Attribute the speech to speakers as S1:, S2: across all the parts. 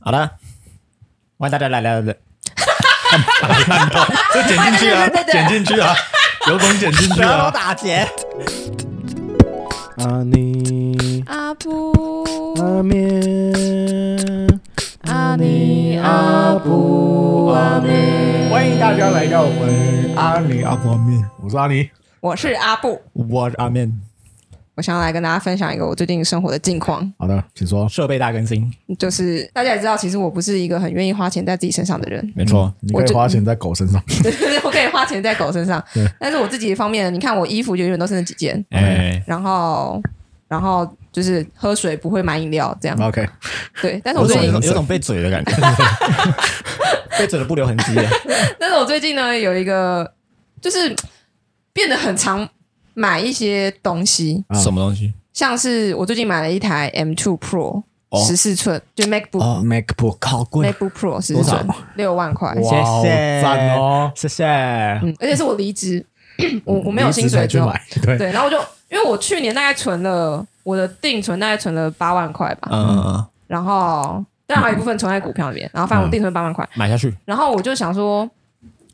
S1: 好了，欢迎大家来 聊聊。
S2: 这剪进去啊，
S3: 对对对对对
S2: 剪进去 啊，有种剪进去啊！
S1: 打劫！
S4: 阿尼
S3: 阿布
S4: 阿面，
S3: 阿尼阿布阿妹，
S2: 欢迎大家来到我们阿尼阿婆面，我是阿尼，
S3: 我是阿布，
S2: 我是阿面。
S3: 我想要来跟大家分享一个我最近生活的近况，
S2: 好的，请说。
S1: 设备大更新，，
S3: 就是大家也知道，其实我不是一个很愿意花钱在自己身上的人
S1: 没错，
S2: 你可以花钱在狗身上，
S3: 就是我可以花钱在狗身上
S2: 对，
S3: 但是我自己方面，你看我衣服就永远都是那几件，
S1: 哎，
S3: 然后然后就是喝水不会买饮料这样，
S2: 哎 OK，
S3: 对，但是
S1: 有
S3: 我最
S1: 种
S3: 近
S1: 有有种被嘴的感 觉，被嘴的不留痕迹。啊
S3: 但是我最近呢有一个就是变得很常买一些东西，
S2: 啊
S1: 么东西？
S3: 像是我最近买了一台 M2 Pro
S1: 哦
S3: 十四寸，就 MacBook、
S1: 哦，MacBook 好贵，
S3: MacBook Pro 十
S1: 多
S3: 四
S1: 少
S3: 寸，六万块。
S1: 谢
S2: 哇
S1: 谢，
S2: 赞哦！
S1: 谢谢。
S3: 嗯，而且是我离 职，我我没有
S2: 离职
S3: 薪水
S2: 才去
S3: 之后，
S2: 买，对，
S3: 对，然后我就因为我去年大概存了我的定存大概存了八万块吧，
S1: 嗯嗯嗯，
S3: 然后当然还有一部分存在股票里面，然后反正
S2: 嗯
S3: 我定存八万块，
S1: 买下去。
S3: 然后我就想说，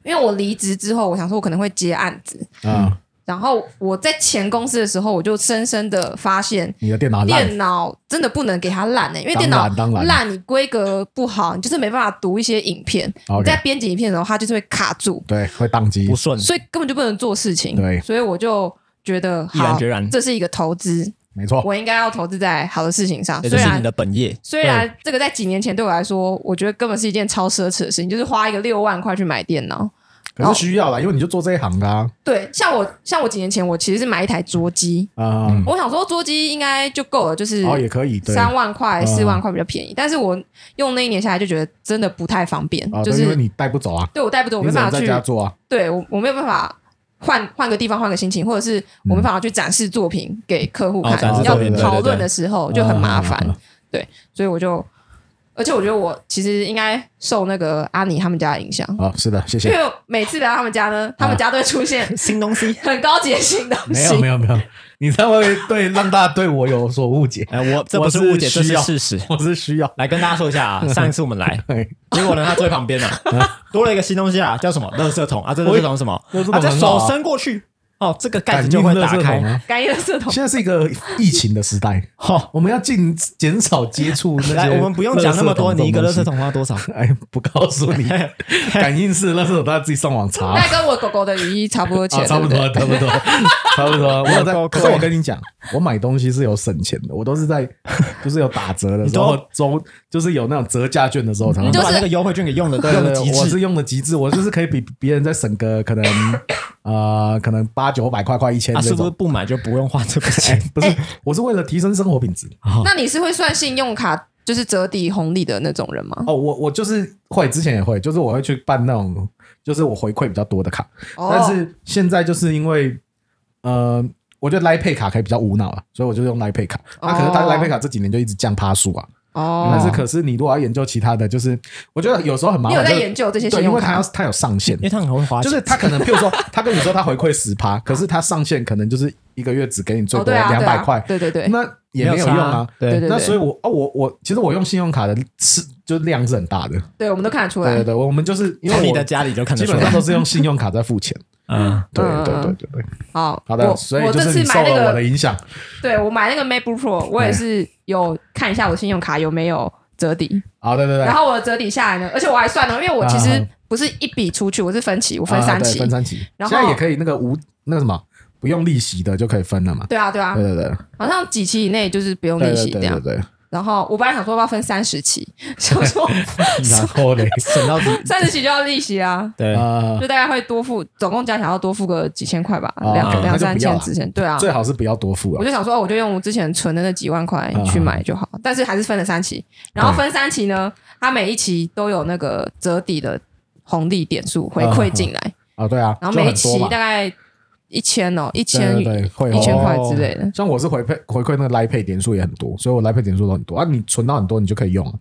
S3: 因为我离职之后，我想说我可能会接案子，
S2: 啊，
S3: 然后我在前公司的时候，我就深深的发现
S2: 你的电
S1: 啊
S2: 脑烂
S3: 电脑真的不能给它烂呢、欸因为电
S2: 当
S3: 脑
S2: 然当然
S3: 烂，你规格不好，你就是没办法读一些影片。你
S2: 啊，OK，
S3: 在编辑影片的时候，它就是会卡住，
S2: 对，会宕机
S1: 不，顺，
S3: 所以根本就不能做事情。
S2: 对
S3: 所以我就觉得
S1: 毅然
S3: 好
S1: 决然，哦
S3: 这是一个投资，
S2: 没错，
S3: 我应该要投资在好的事情上。
S1: 这
S3: 虽
S1: 就是你
S3: 然
S1: 的本业。
S3: 虽然这个在几年前对我来说，我觉得根本是一件超奢侈的事情，就是花一个六万块去买电脑。
S2: 可是需要啦，因为你就做这一行的啊，
S3: 对，像我像我几年前，我其实是买一台桌机，
S2: 啊，
S1: 嗯
S2: 嗯
S3: 我想说桌机应该就够了，就是
S2: 然
S1: 哦
S2: 哦后也可以，对，
S3: 三万块、
S2: 嗯
S3: 四万块比较便宜，但是我用那一年下来就觉得真的不太方便，
S2: 啊，
S3: 就
S2: 对，因为
S3: 是
S2: 你带不走啊，
S3: 对我带不走，我
S2: 你
S3: 没
S2: 只
S3: 办
S2: 能
S3: 法去
S2: 在家，做啊，
S3: 对我我没有办法换换个地方换个心情，或者是我没办法去展示作品给客户
S1: 哦
S3: 看，
S1: 展
S2: 嗯示
S3: 要
S2: 作品对对
S3: 讨
S1: 对
S3: 论的时候就很麻烦，
S2: 嗯嗯嗯
S3: 对，所以我就，而且我觉得我其实应该受那个阿尼他们家的影响，
S2: 啊，是的，谢
S3: 因
S2: 谢，
S3: 为每次来到他们家呢，他们家都会出现
S1: 新东西，
S3: 很高级的新东西，
S2: 有没有，你才会对让大家对我有所 误解，
S1: 哎，我这不
S2: 我
S1: 是
S2: 是
S1: 误解，这
S2: 需
S1: 是
S2: 要
S1: 事实。
S2: 我是需要，
S1: 来跟大家说一下 啊，上一次我们来，
S2: 对，
S1: 结果呢，他坐在旁边啊，多了一个新东西啊，叫什么？垃圾桶啊，这垃圾桶是什么？
S2: 垃圾桶
S1: 啊，这
S2: 很好
S1: 手
S2: 啊
S1: 伸过去，哦，这个盖子就会打
S2: 感应垃圾桶
S1: 开。
S2: 啊。
S3: 干衣的色桶。
S2: 现在是一个疫情的时代，
S1: 好，
S2: 我们要尽减少接触 那些。
S1: 哦来，我们不用讲那么多，你一个垃圾，桶花 多少？
S2: 哎，不告 诉你，感应式垃圾桶，大家自己上网查。啊
S3: 那跟我狗狗的雨衣差不多钱，
S2: 啊，差不
S3: 对
S2: 多，
S3: 对
S2: 差不多，差不多。我有在，
S1: 够
S2: 可
S1: 贵
S2: 是我跟你讲，我买东西是有省钱的，我都 是在就是有打折的时
S1: 你
S2: 候，周就是有那种折价券的时候，常常
S1: 就
S3: 就是
S1: 把那个优惠券给用的，用的极
S2: 我是
S1: 致。啊
S2: 用的极致，我就是可以比别人再省个可 能呃，可能八九百块、快一千
S1: 啊，
S2: 这
S1: 是不是
S2: 种。
S1: 不买就 不用花这个
S2: 哎
S1: 钱？
S2: 不是，我是为了提升生活品质。
S3: 那你是会算信用卡就是折抵红利的那种人吗？
S2: 哦，我我就是会，之前也会，就是我会去办那种，就是我回馈比较多的卡。但
S3: 哦，
S2: 是现在就是因为，呃，我觉得来配卡可以比较无脑啊，所以我就用来配卡。那、可是它
S3: 哦
S2: 来配卡这几年就一直降趴数啊。
S3: 哦，
S2: 但是可是你如果要研究其他的，就是我觉得有时候很麻
S3: 你有
S2: 烦。
S3: 在
S2: 就是
S3: 研究这些信
S2: 对，因
S3: 用
S2: 为它
S3: 卡
S2: 要？它有上限
S1: 因，为他很会花
S2: 就
S1: 钱，
S2: 是他可能，譬如说， 他跟你说他回馈十趴，可是他上限可能就是一个月只给你最
S3: 哦，
S2: 多
S3: 对啊，
S2: 两
S3: 对啊
S2: 百块，
S3: 对对对，
S2: 那也没有
S1: 差
S2: 用啊。。
S3: 对
S1: 对，
S3: 对
S2: 那所以
S3: 对，
S2: 我，哦，我我其实我用信用卡的是就是量是很大的，
S3: 对我们都看得出
S2: 对对
S3: 来。
S2: 对，我们就是因
S1: 从
S2: 为
S1: 你
S2: 我
S1: 的家里就看得
S2: 基
S1: 出
S2: 本上
S1: 来。
S2: 都是用信用卡在付钱。
S1: 嗯，
S2: 对
S3: 嗯
S2: 对对
S3: 嗯
S2: 对对，
S3: 好，
S2: 好的，
S3: 我
S2: 所以
S3: 我
S2: 就
S3: 这
S2: 是
S3: 次
S2: 你受
S3: 买那
S2: 了我的嗯
S3: 个，
S2: 影响，
S3: 对我买那个 MacBook Pro，我也是有看一下我信用卡有没有折抵，
S2: 好，对对对，
S3: 然后我的折抵下来呢，而且我还算了，哦因为我其
S2: 啊
S3: 实
S2: 啊
S3: 不是一笔出去，我是分期，我分
S2: 啊
S3: 三
S2: 对
S3: 期
S2: 分，三期，
S3: 然
S2: 现
S3: 后
S2: 在也可以那个无那个什么不用利息的就可以分了嘛。
S3: 对啊对啊
S2: 对，对对，
S3: 好像几期以内就是不用
S2: 对
S3: 利息
S2: 对
S3: 这
S2: 对
S3: 样
S2: 对。对，
S3: 然后我本来想说要不要分三十期，想 说
S2: 然后嘞，
S1: 省到底。
S3: 三十期就要利息啊，
S1: 对，
S2: 啊，
S3: 就大概会多付，总共加起来要多付个几千块吧，
S2: 哦
S3: 两
S1: 那就
S3: 两
S2: 不
S3: 三
S2: 要
S3: 千
S2: 了
S3: 之前，对啊。
S2: 最好是不要多付
S3: 我
S2: 了。
S3: 就想说，哦我就用我之前存的那几万块
S2: 嗯
S3: 去买就好，但是还是分了三期，然后分三期呢，它每一期都有那个折抵的红利点数回馈进来，
S2: 啊，对啊，
S3: 然后每
S2: 就
S3: 一
S2: 很多
S3: 期
S2: 嘛
S3: 大概一千哦，一千
S2: 对对对，会
S3: 一千
S2: 哦
S3: 块之类的，
S2: 像我是回馈回馈那个来配点数也很多，所以我来配点数都很多啊。你存到很多，你就可以用了。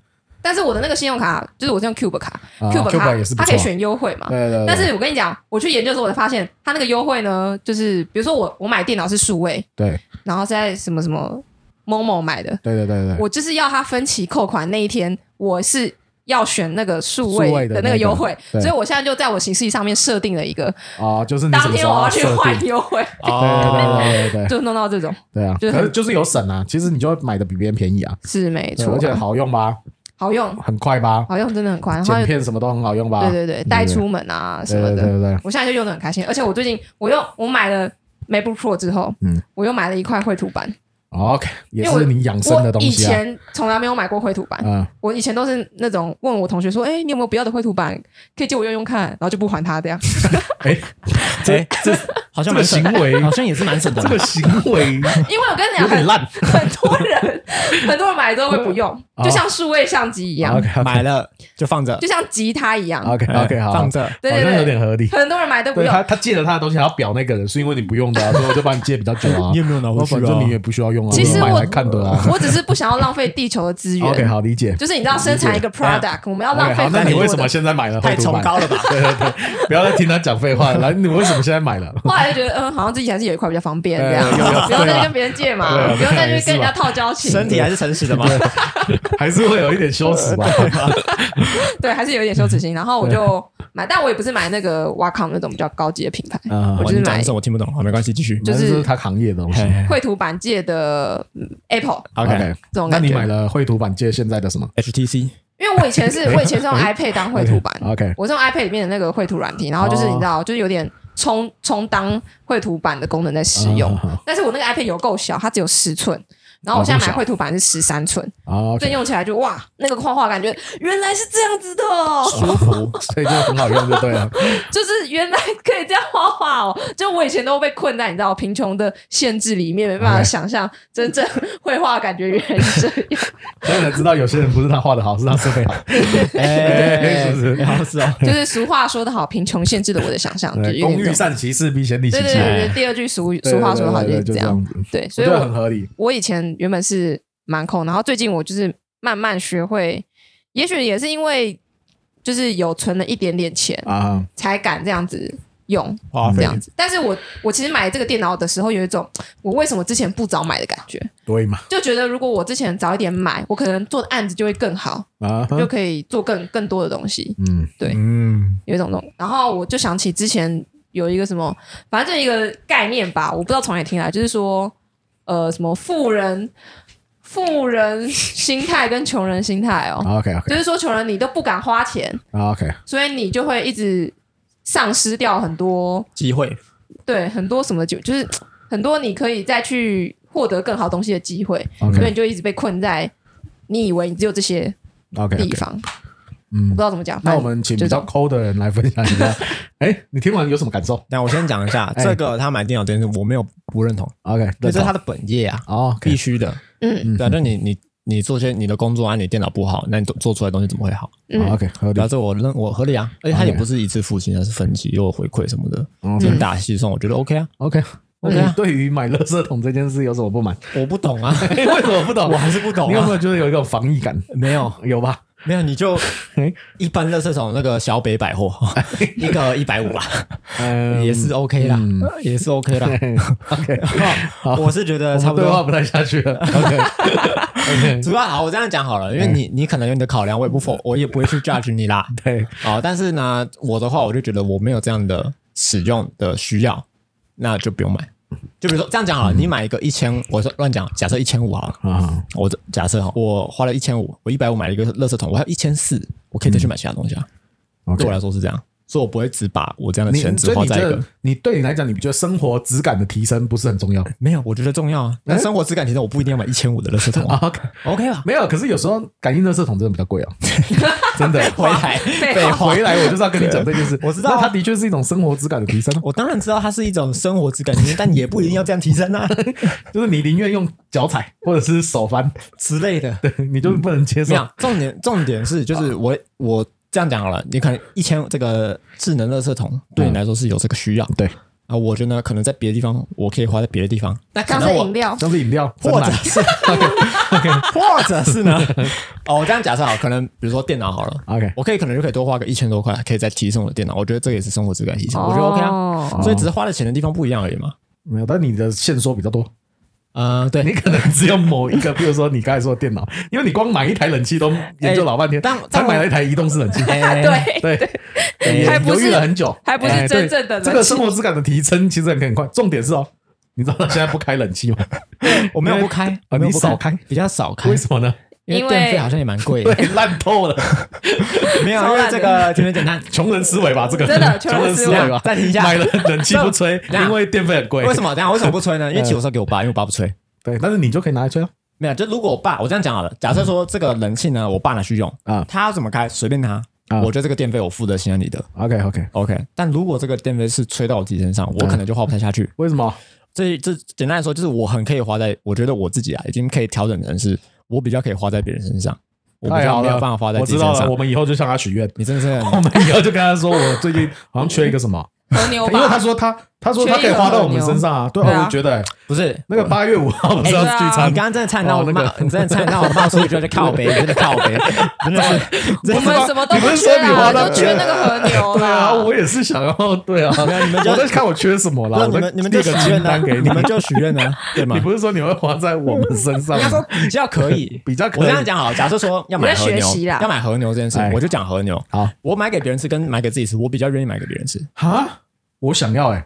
S3: 但是我的那个信用卡就是我是用 Cube 卡
S2: 啊
S3: ，Cube 卡
S2: Cube 也是不
S3: 它
S2: 错
S3: 可以选优惠嘛，
S2: 对对对，
S3: 但是我跟你讲，我去研究的时候，我才发现它那个优惠呢，就是比如说我我买电脑是数位，
S2: 对
S3: 然后是在什么什么某某买的，
S2: 对对对对，
S3: 我就是要它分期扣款那一天，我是要选那个数位
S2: 数位的
S3: 的那
S2: 那
S3: 个
S2: 个
S3: 优惠，
S2: 对
S3: 所以我现在就在我行事历上面设定了一个，
S2: 啊，就是你什
S3: 当
S2: 么时
S3: 天
S2: 候
S3: 我要去
S2: 设
S3: 换
S2: 定
S3: 优惠，
S1: 哦，
S2: 对对对对对
S3: 就弄到这种，
S2: 对啊！
S3: 就是
S2: 可是就是有省啊，其实你就会买的比别人便宜啊，
S3: 是没
S2: 对
S3: 错
S2: 而，且好用吧，
S3: 好用，
S2: 很快吧，
S3: 好用真的很快，然后
S2: 剪片什么都很好用吧，
S3: 对对对，带出门啊什
S2: 对
S3: 么
S2: 对对
S3: 的，
S2: 对对，
S3: 我现在就用的很开心，而且我最近我用我买了 MacBook Pro 之后，
S2: 嗯
S3: 我又买了一块绘图板，
S2: OK，也
S3: 因为我
S2: 是你养生的
S3: 我
S2: 东
S3: 以
S2: 西啊，
S3: 前从来没有买过绘图板，
S2: 嗯，
S3: 我以前都是那种问我同学说：“哎、你有没有不要的绘图板？可以借我用用看。”然后就不还他这样。
S2: 哎，
S1: 这这好像蛮省
S2: 这个行为
S1: 好像也是蛮省的
S2: 这
S1: 啦。
S2: 个行 为
S3: 因为我跟你
S2: 有
S3: 讲，
S2: 点
S3: 很
S2: 烂
S3: 很多人很多人买了之后会不用，
S2: 哦
S3: 就像数位相机一样，
S2: ，OK
S1: 买了就放着
S3: 就像吉他一样。
S2: OK OK，好，
S1: 放着。
S3: 对
S2: 好像
S3: 对
S2: 有
S3: 对，
S2: 点合理。
S3: 很多人买都不
S2: 哦对
S3: 用。
S2: 他，他借了他的东西还要表那个人，是因为你不用的、啊，所以我 就把你借比较久啊。
S1: 你有没有拿回
S2: 我
S1: 去啊
S2: 反正你也不需要用啊，
S3: 其实
S2: 买
S3: 我
S2: 来看的啊。
S3: 我只是不想要浪费地球的资
S2: 哦 OK，
S3: 源，
S2: 好理解。哎
S3: 就是你知道生产一个 product，我们要
S2: OK，
S3: 浪费
S2: 好，那
S3: 很
S2: 你为
S3: 多
S2: 什么
S3: 的。
S2: 现在买了
S1: 太
S2: 绘图
S1: 崇
S2: 板？
S1: 高了吧？
S2: 对对对，不要再听他讲废话了。来，你为什么现在买了？
S3: 后来就觉得，嗯，好像自己还是有一块比较方便，
S2: 对
S3: 这样
S2: 有 有
S3: 不要
S2: 对
S3: 再
S2: 啊
S3: 去跟别人借嘛
S2: 对啊，
S3: 不用再去跟人
S2: 也是吧
S3: 家套交情，
S1: 身体还是诚实的嘛。
S2: 还是会有一点羞耻吧？
S3: 对，还是有一点羞耻心。然后我
S2: 啊
S3: 就买，但我也不是买那个 Wacom 那种比较高级的品牌，
S2: 啊
S1: 哇
S3: 我就是
S1: 你讲
S3: 买
S1: 的是我听不懂，好，没关系，继续。
S3: 就是
S2: 这是他行业的东西。
S1: 嘿嘿
S3: 绘图板界的嗯 Apple
S1: OK，
S3: 这种
S2: 那
S3: 感觉。
S2: 你买了绘图板借现在的什么
S1: HTC
S3: 因为我以前 是我以前是用
S2: 哎
S3: iPad 当绘图板，
S2: ？OK，
S3: 我是用 iPad 里面的那个绘图软体，然后就是
S2: 哦
S3: 你知道，就是有点充充当绘图板的功能在使用
S2: 啊。啊
S3: 但是我那个 iPad 有够小，它只有十寸。然后
S2: 哦
S3: 我现在买绘图板是十三寸，
S2: 啊啊
S3: 所以
S2: ，OK，
S3: 用起来就哇，那个画画感觉原来是这样子的 哦，
S1: 舒服，
S2: 所以就很好用，就对了。
S3: 就是原来可以这样画画哦。就我以前都被困在你知道贫穷的限制里面，没办法
S2: OK
S3: 想象真正绘画的感觉原来是这样。
S2: 现在才知道有些人不是他画的好，是他 设备好。
S1: 哎，
S2: 是不 是
S1: 然后是哦，
S3: 就是俗话说得好，贫穷限制了我的想象，就是
S2: 对，
S3: 有
S2: 工
S3: 点这种。
S2: 欲善其事，必先利其
S3: 对
S2: 器。
S3: 对对对，第二句俗
S2: 对
S3: 俗话说得好
S2: 对
S3: 就是
S2: 对对就
S3: 这样。
S2: 子，
S3: 对，
S2: 我
S3: 所以
S2: 觉得很
S3: 我
S2: 合理。
S3: 我以前原本是蛮空，然后最近我就是慢慢学会，也许也是因为就是有存了一点点钱，
S2: 啊，
S3: 才敢这样子用
S1: 花
S3: 这
S1: 费
S3: 样子。但是我我其实买这个电脑的时候，有一种我为什么之前不早买的感觉，
S2: 对嘛，
S3: 就觉得如果我之前早一点买，我可能做的案子就会更好，
S2: 啊，
S3: 就可以做更更多的东西，
S2: 嗯，
S3: 对
S2: 嗯，
S3: 有一种那种。然后我就想起之前有一个什么，反正就一个概念吧，我不知道从哪里听来，就是说呃什么富人富人心态跟穷人心态哦，
S2: OK OK
S3: 就是说穷人你都不敢花钱，
S2: OK，
S3: 所以你就会一直丧失掉很多。
S1: 机会
S3: 对很多什么就就是很多你可以再去获得更好东西的机会
S2: OK
S3: 所以你就一直被困在你以为你只有这些
S2: OK，
S3: 地方我
S2: 嗯
S3: 不知，道怎么讲。
S2: 那
S3: 反
S2: 我
S3: 正
S2: 们请比较抠的人来分享一下。 哎，你听完有什么感受
S1: 但我先讲一下，
S2: 哎
S1: 这个他买电脑这件事，我没有不认同，
S2: ？OK，
S1: 这是
S2: 认同
S1: 他的本业啊，
S2: 哦，可
S1: 必
S2: 以，
S1: 须的。
S3: 嗯
S1: 对啊，就你你你做些你的工作啊，你电脑不好，那你做做出来的东西怎么会好？
S3: 嗯
S2: 哦好，OK，合理啊
S1: 然后。这我认我合理啊，而且他
S2: OK
S1: 也不是一次付清，而是分期又有回馈什么的，
S2: OK
S1: 精打细算，我觉得 OK 啊。
S2: OK，那
S1: OK 啊
S2: 你对于买垃圾桶这件事有什么不满？
S1: 我不懂啊，
S2: 为什么不懂？
S1: 我还是不懂
S2: 你有没
S1: 啊。
S2: 有觉得有一种防疫感？
S1: 没有
S2: 有吧？
S1: 没有，你 就
S2: 哎
S1: 一般垃圾桶那个小北 百货一个一百五吧，
S2: 嗯
S1: 也是 OK 啦
S2: 嗯，
S1: 也是 OK 啦。
S2: OK，
S1: 我是觉得
S2: 呃我
S1: 差
S2: 们
S1: 不
S2: 对话
S1: 多。
S2: 不太下去 了。OK，OK，
S1: 主要好，我这样讲好了，因为
S2: 哎
S1: 你你可能有你的考量，我也不 否，我也不会去 judge 你啦。
S2: 对，
S1: 好，但是呢，我的话我就觉得我没有这样的使用的需要，那就不用买。就比如说这样讲好了，
S2: 嗯
S1: 你买一个一千，我说乱讲，假设一千五好了，
S2: 啊，
S1: 我这假设哈，我花了一千五，我一百五买了一个垃圾桶，我还有一千四，我可以再
S2: 嗯
S1: 去买其他东西啊。对我来说是这样，所以我不会只把我这样的
S2: 你
S1: 钱只
S2: 所以
S1: 花
S2: 你
S1: 在
S2: 觉
S1: 一个
S2: 得。你对你来讲，你觉得生活质感的提升不是很重要
S1: 没有，我觉得重要啊。但生活质感提升，我不一定要买一千五的垃圾 桶啊。
S2: ？OK，
S1: OK 吧？
S2: 没有，啊可是有时候感应垃圾桶真的比较贵 哦，真 的。
S1: 回来，
S3: 废话
S2: 回来我就是要跟你讲这件事，
S1: 我知道啊
S2: 那它的确是一种生活质感的提升哦，
S1: 我当然知道它是一种生活质感提升，但也不一定要这样提升啊
S2: 就是你宁愿用脚踩或者是手翻，
S1: 之类的。
S2: 对 你就是不能接受
S1: 没。有，重点重点是，就是我我这样讲好了，你可能一千这个智能垃圾桶对你来说是有这个需要
S2: 对，
S1: 啊，我觉得可能在别的地方我可以花在别的地方，那可
S3: 刚
S1: 能
S3: 是
S1: 我
S3: 饮料，
S2: 像是饮料，
S1: 或者
S2: 真奶
S1: 是 或者是呢？ 哦，我这样假设好，可能比如说电脑好了。
S2: OK，
S1: 我可以可能就可以多花个一千多块，可以再提升我的电脑。我觉得这个也是生活质感提升，我觉得 OK 啊。
S3: 哦
S1: 所以只是花的钱的地方不一样而已嘛。
S2: 没有，但你的线索比较多，
S1: 呃，对，
S2: 你可能只有某一个，比 如说你刚才说的电脑，因为你光买一台冷气都研究老
S3: 哎
S2: 半天，
S1: 但
S2: 才
S1: 但我
S2: 买了一台移动式冷气，
S1: 哎
S3: 对
S2: 对，
S1: 哎
S3: 还不
S2: 犹
S3: 是
S2: 豫了很久，
S3: 还不是
S2: 哎
S3: 真
S2: 对
S3: 正的冷
S2: 这个
S3: 气
S2: 生活质感的提升，其实很很快。重点是哦，你知道他现在不开冷气 吗？
S1: 我没有不开，
S2: 啊
S1: 我没有
S2: 你
S1: 不
S2: 少开，
S1: 比较少开
S2: 为，什么 呢？
S1: 因
S3: 因
S1: 为
S3: 为
S1: 电费好像也蛮贵
S2: 对
S1: 的。，
S2: 烂透了，
S1: 没有，
S3: 超
S1: 因为
S3: 烂
S1: 这
S3: 的
S1: 个简单简 单。
S2: 穷人思维吧，这个
S3: 真的
S2: 穷
S3: 穷 人
S2: 思
S3: 思维
S2: 吧。
S1: 暂停一下
S2: 买了冷气 不吹，
S1: 等一下
S2: 因为电费很贵。
S1: 为什？么？等一下为什么不吹呢？因
S2: 嗯
S1: 为起火时候给我爸，因为我爸不吹。
S2: 对，但是你就可以拿来吹啊。
S1: 没有，就如果我爸，我这样讲好了。假设说这个冷气呢，我爸拿去用
S2: 啊
S1: 他要怎么开随便他
S2: 啊，
S1: 我觉得这个电费我付得心安理得。
S2: OK OK，
S1: OK，但如果这个电费是吹到我自己身上，
S2: 啊
S1: 我可能就花不太下去。
S2: 为什么？
S1: 这这简单来说，就是我很可以花在，我觉得我自己啊，已经可以调整成是我比较可以花在别人身上，我比
S2: 太哎好
S1: 较没有
S2: 了，
S1: 办法花在
S2: 我
S1: 自己
S2: 知
S1: 身
S2: 道了，
S1: 上
S2: 我。们以后就向他许愿。
S1: 你真的是很
S2: 我们以后就跟他说，我最近好像缺一个什么，
S3: 和牛
S2: 因为他
S3: 吧，
S2: 说他他说他可以花到我们身上啊。对
S3: 一个和
S2: 啊，
S3: 牛
S2: 我觉得欸
S1: 不 是
S2: 那个八月五号不是要
S3: 哎对
S2: 聚
S3: 啊
S1: 你
S2: 餐
S1: 刚，刚真的差点让我
S2: 哦那个
S1: 骂，你真的差点让我骂出去，就是靠背，真的靠背，真的 是。
S3: 我们什么都
S2: 你不是
S3: 缺
S2: 说你花
S3: 啊，
S2: 到
S3: 都缺那个和牛
S2: 对啊，
S3: 啦。
S2: 我也是想要， 对啊，
S1: 没有你们就
S2: 我在看我缺什么啦，
S1: 那
S2: 我
S1: 你
S2: 在
S1: 们你们
S2: 递
S1: 就
S2: 个
S1: 许
S2: 清
S1: 愿啊，
S2: 单给
S1: 你
S2: 你
S1: 们就许愿 啊，对吗
S2: 你？不是说你会花在我们身上
S1: 应该说
S2: 吗？
S1: 比较可以
S2: ，比较可以
S1: 我这样讲好，假设说要买和
S3: 我在
S1: 牛
S3: 学习啦，
S1: 要买和牛这件事
S2: 哎，
S1: 我就讲和牛。
S2: 好，
S1: 我买给别人吃跟买给自己吃，我比较愿意买给别人吃。
S2: 哈，我想要 哎，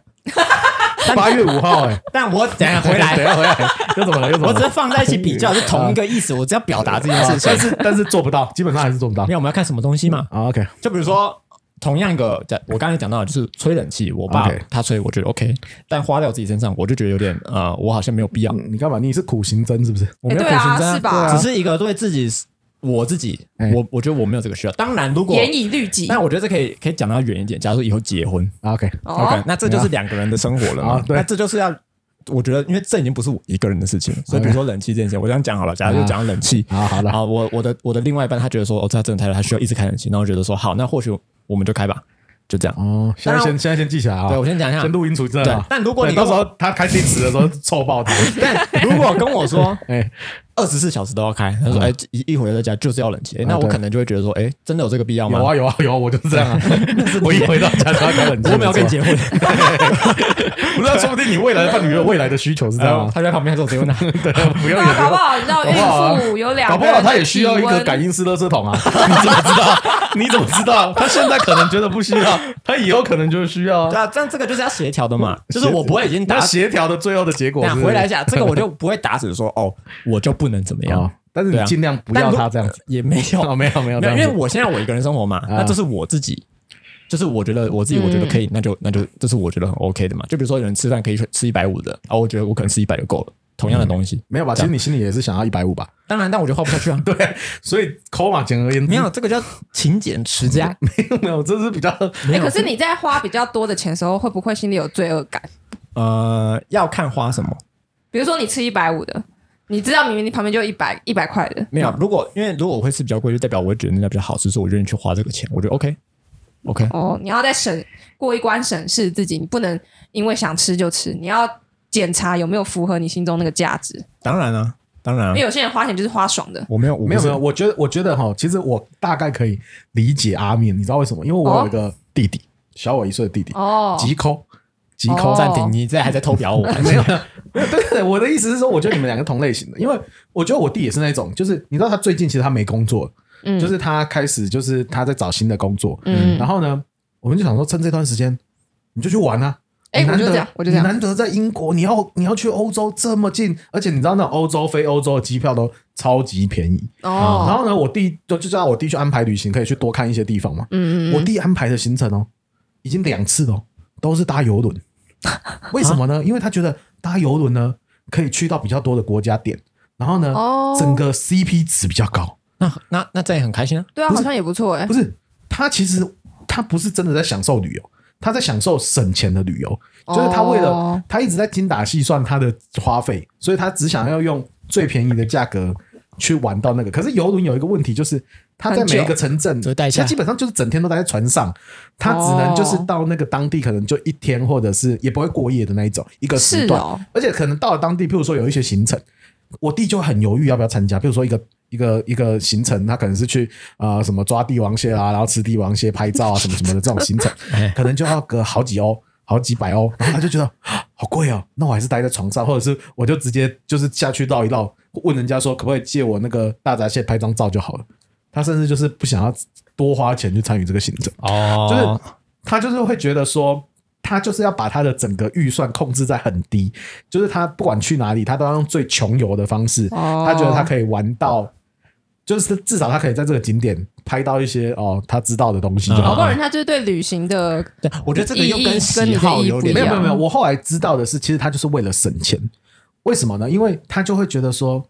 S2: 八月五号哎，
S1: 但我等一下回
S2: 等一
S1: 来，
S2: 下回来，又怎么了？又怎么
S1: 我只是
S2: 了？
S1: 放在一起比较，是同一个意思，我只要表达这件事
S2: 啊
S1: 情
S2: 但。是但是做不到，基本上还是做不到
S1: 没。有，我们要看什么东西嘛？
S2: 啊 OK，
S1: 就比如说。同样一个，在我刚才讲到的就是吹冷气，我爸
S2: OK
S1: 他吹，我觉得 OK，但花在我自己身上，我就觉得有点呃，我好像没有必要。
S2: 嗯你干嘛？你是苦行僧是不是？
S1: 我没有
S3: 哎
S1: 苦
S3: 对啊
S1: 行僧啊，
S3: 是吧
S1: 只是一个对自己，我自己，
S2: 哎
S1: 我我觉得我没有这个需要。当然，如果
S3: 严以律己
S1: 但我觉得这可以可以讲到远一点，假如说以后结婚、
S2: 啊 OK，
S1: o
S3: 哦
S1: k，那这就是两个人的生活了嘛。
S2: 啊对
S1: 那这就是要，我觉得因为这已经不是我一个人的事情了，所以比如说冷气这件事，我这样讲好了，假如就讲到冷气。
S2: 好好了
S1: 啊，我我的我的另外一半，他觉得说，哦，他真的太热，他需要一直开冷气。然后我觉得说，好，那或许我们就开吧，就这样。
S2: 哦，现
S1: 当
S2: 在
S1: 然
S2: 先现在先记起来啊，
S1: 对我先讲一下
S2: 先录音处置啊
S1: 哎对。但如果你
S2: 对到时候他开地址的时候 臭爆他，
S1: 但如果跟我 说
S2: 哎，
S1: 二十四小时都要开，他说，
S2: 嗯
S1: 哎，一一回到家就是要冷气，哎那
S2: 啊
S1: 我
S2: 对
S1: 可能就会觉得说，哎，真的有这个必要吗？
S2: 有啊有啊有啊，我就是 这样啊，我一回到家就要开冷气，
S1: 我们要跟你
S2: 错
S1: 结婚，
S2: 不知道说不定你未来的伴侣有未来的需求是这
S1: 然
S2: 样
S1: 后
S2: 啊，
S1: 他就在旁边说，谁问他？
S2: 对，不
S3: 对
S2: 用也
S3: 啊，搞
S2: 不
S3: 不
S2: 用。
S3: 好你知道孕
S2: 搞不好啊
S3: 妇有两
S2: 搞
S3: 个
S2: 不
S3: 人
S2: 好
S3: 的
S2: 他也需要一
S3: 体
S2: 个
S3: 温
S2: 感应式垃圾 桶啊！你怎么知道？你怎么知道？他现在可能觉得不需要，他以后可能就需要
S1: 对
S2: 啊。
S1: 啊，但这个就是要协调的嘛， 就是我不会已经
S2: 那
S1: 打
S2: 协调的最后的结果
S1: 那
S2: 是
S1: 回来一下，这个我就不会打死说哦，我就不能怎么样，
S2: 啊，但是
S1: 对
S2: 你
S1: 啊
S2: 尽量不
S1: 但
S2: 要
S1: 如
S2: 他这样子。
S1: 也没有，啊
S2: 哦，没有没有
S1: 没
S2: 这
S1: 有，
S2: 样
S1: 因
S2: 子，
S1: 为我现在我一个人生活嘛，那这是我自己，就是我觉得我自己我觉得可以，那就那就这是我觉得很 OK 的嘛。就比如说有人吃饭可以吃一百五的，啊，我觉得我可能吃一百就够了，同样的东西。
S2: 没有吧？其实你心里也是想要一百五吧？
S1: 嗯当然，但我觉得花不下去啊。
S2: 对，所以抠嘛，简而言之，
S1: 没有，这个叫勤俭持家。
S2: 没有，这是比较
S3: 哎，可是你在花比较多的钱的时候，会不会心里有罪恶感？
S1: 呃，要看花什么。
S3: 比如说你吃一百五的，你知道明明你旁边就一百一百块的，
S1: 没有，如果因为如果我会吃比较贵，就代表我会觉得那家比较好吃，所以我愿意去花这个钱，我觉得 OK。OK，
S3: 哦，你要再审过一关审视自己，你不能因为想吃就吃，你要检查有没有符合你心中那个价值。
S1: 当然啊，当然、啊
S3: 因为，有些人花钱就是花爽的，
S1: 我没有，我不
S2: 没有
S1: 是
S2: 没有，我觉得我觉得哈，其实我大概可以理解阿面，你知道为什么？因为我有一个弟弟，小我一岁的弟弟，
S3: 哦
S2: 极抠极抠
S3: 哦
S1: 暂停，你这还在偷表 我？
S2: 没有，没有， 对对对，我的意思是说，我觉得你们两个同类型的，因为我觉得我弟也是那种，就是你知道他最近其实他没工作，
S3: 嗯
S2: 就是他开始就是他在找新的工作，
S3: 嗯
S2: 然后呢，我们就想说趁这段时间你就去玩啊。
S3: 哎
S2: 你难
S3: 我就
S2: 得
S3: 这样我就这样
S2: 你难得在英国，你要你要去欧洲这么近，而且你知道那种欧洲飞欧洲的机票都超级便宜。啊然
S3: 哦，
S2: 后呢，我弟就就叫我弟去安排旅行，可以去多看一些地方嘛。
S3: 嗯
S2: 我弟安排的行程哦，已经两次了哦，都是搭游轮。 为什么呢？因为他觉得搭游轮呢，可以去到比较多的国家点，然后呢，
S3: 哦
S2: 整个 CP 值比较高。
S1: 那那那这也很开心啊。
S3: 对啊，好像也不错哎
S2: 不，是，他其实他不是真的在享受旅游，他在享受省钱的旅游，就是他为了、
S3: 哦
S2: 他一直在精打细算他的花费，所以他只想要用最便宜的价格去玩到那个。可是游轮有一个问题，就是他在
S3: 很久
S2: 每一个城镇
S1: 只会，待一下
S2: 他基本上就是整天都待在船上，他只能就是
S3: 哦
S2: 到那个当地，可能就一天或者是也不会过夜的那一种一个时
S3: 是
S2: 段，
S1: 啊
S3: 哦
S2: 而且可能到了当地，譬如说有一些行程，我弟就很犹豫要不要参加，比如说一个。一个一个行程，他可能是去呃什么抓帝王蟹啊，然后吃帝王蟹拍照啊，什么什么的这种行程
S1: 哎，
S2: 可能就要个好几欧、好几百欧，然后他就觉得啊好贵哦，那我还是待在床上，或者是我就直接就是下去绕一绕，问人家说可不可以借我那个大闸蟹拍张照就好了。他甚至就是不想要多花钱去参与这个行程，
S1: 哦，
S2: 就是他就是会觉得说，他就是要把他的整个预算控制在很低，就是他不管去哪里，他都要用最穷游的方式，
S3: 哦
S2: 他觉得他可以玩到，就是至少他可以在这个景点拍到一些哦他知道的东西就
S1: 嗯
S3: 搞
S2: 好
S3: 不
S2: 了。
S3: 好人家就是对旅行的
S1: 对我觉得这个又
S3: 意义
S1: 跟
S3: 跟你
S1: 喜
S3: 的
S1: 好
S3: 意义
S1: 有
S3: 不
S1: 点
S3: 一
S2: 没有
S3: 样
S2: 没有没有，我后来知道的是，其实他就是为了省钱。为什么呢？因为他就会觉得说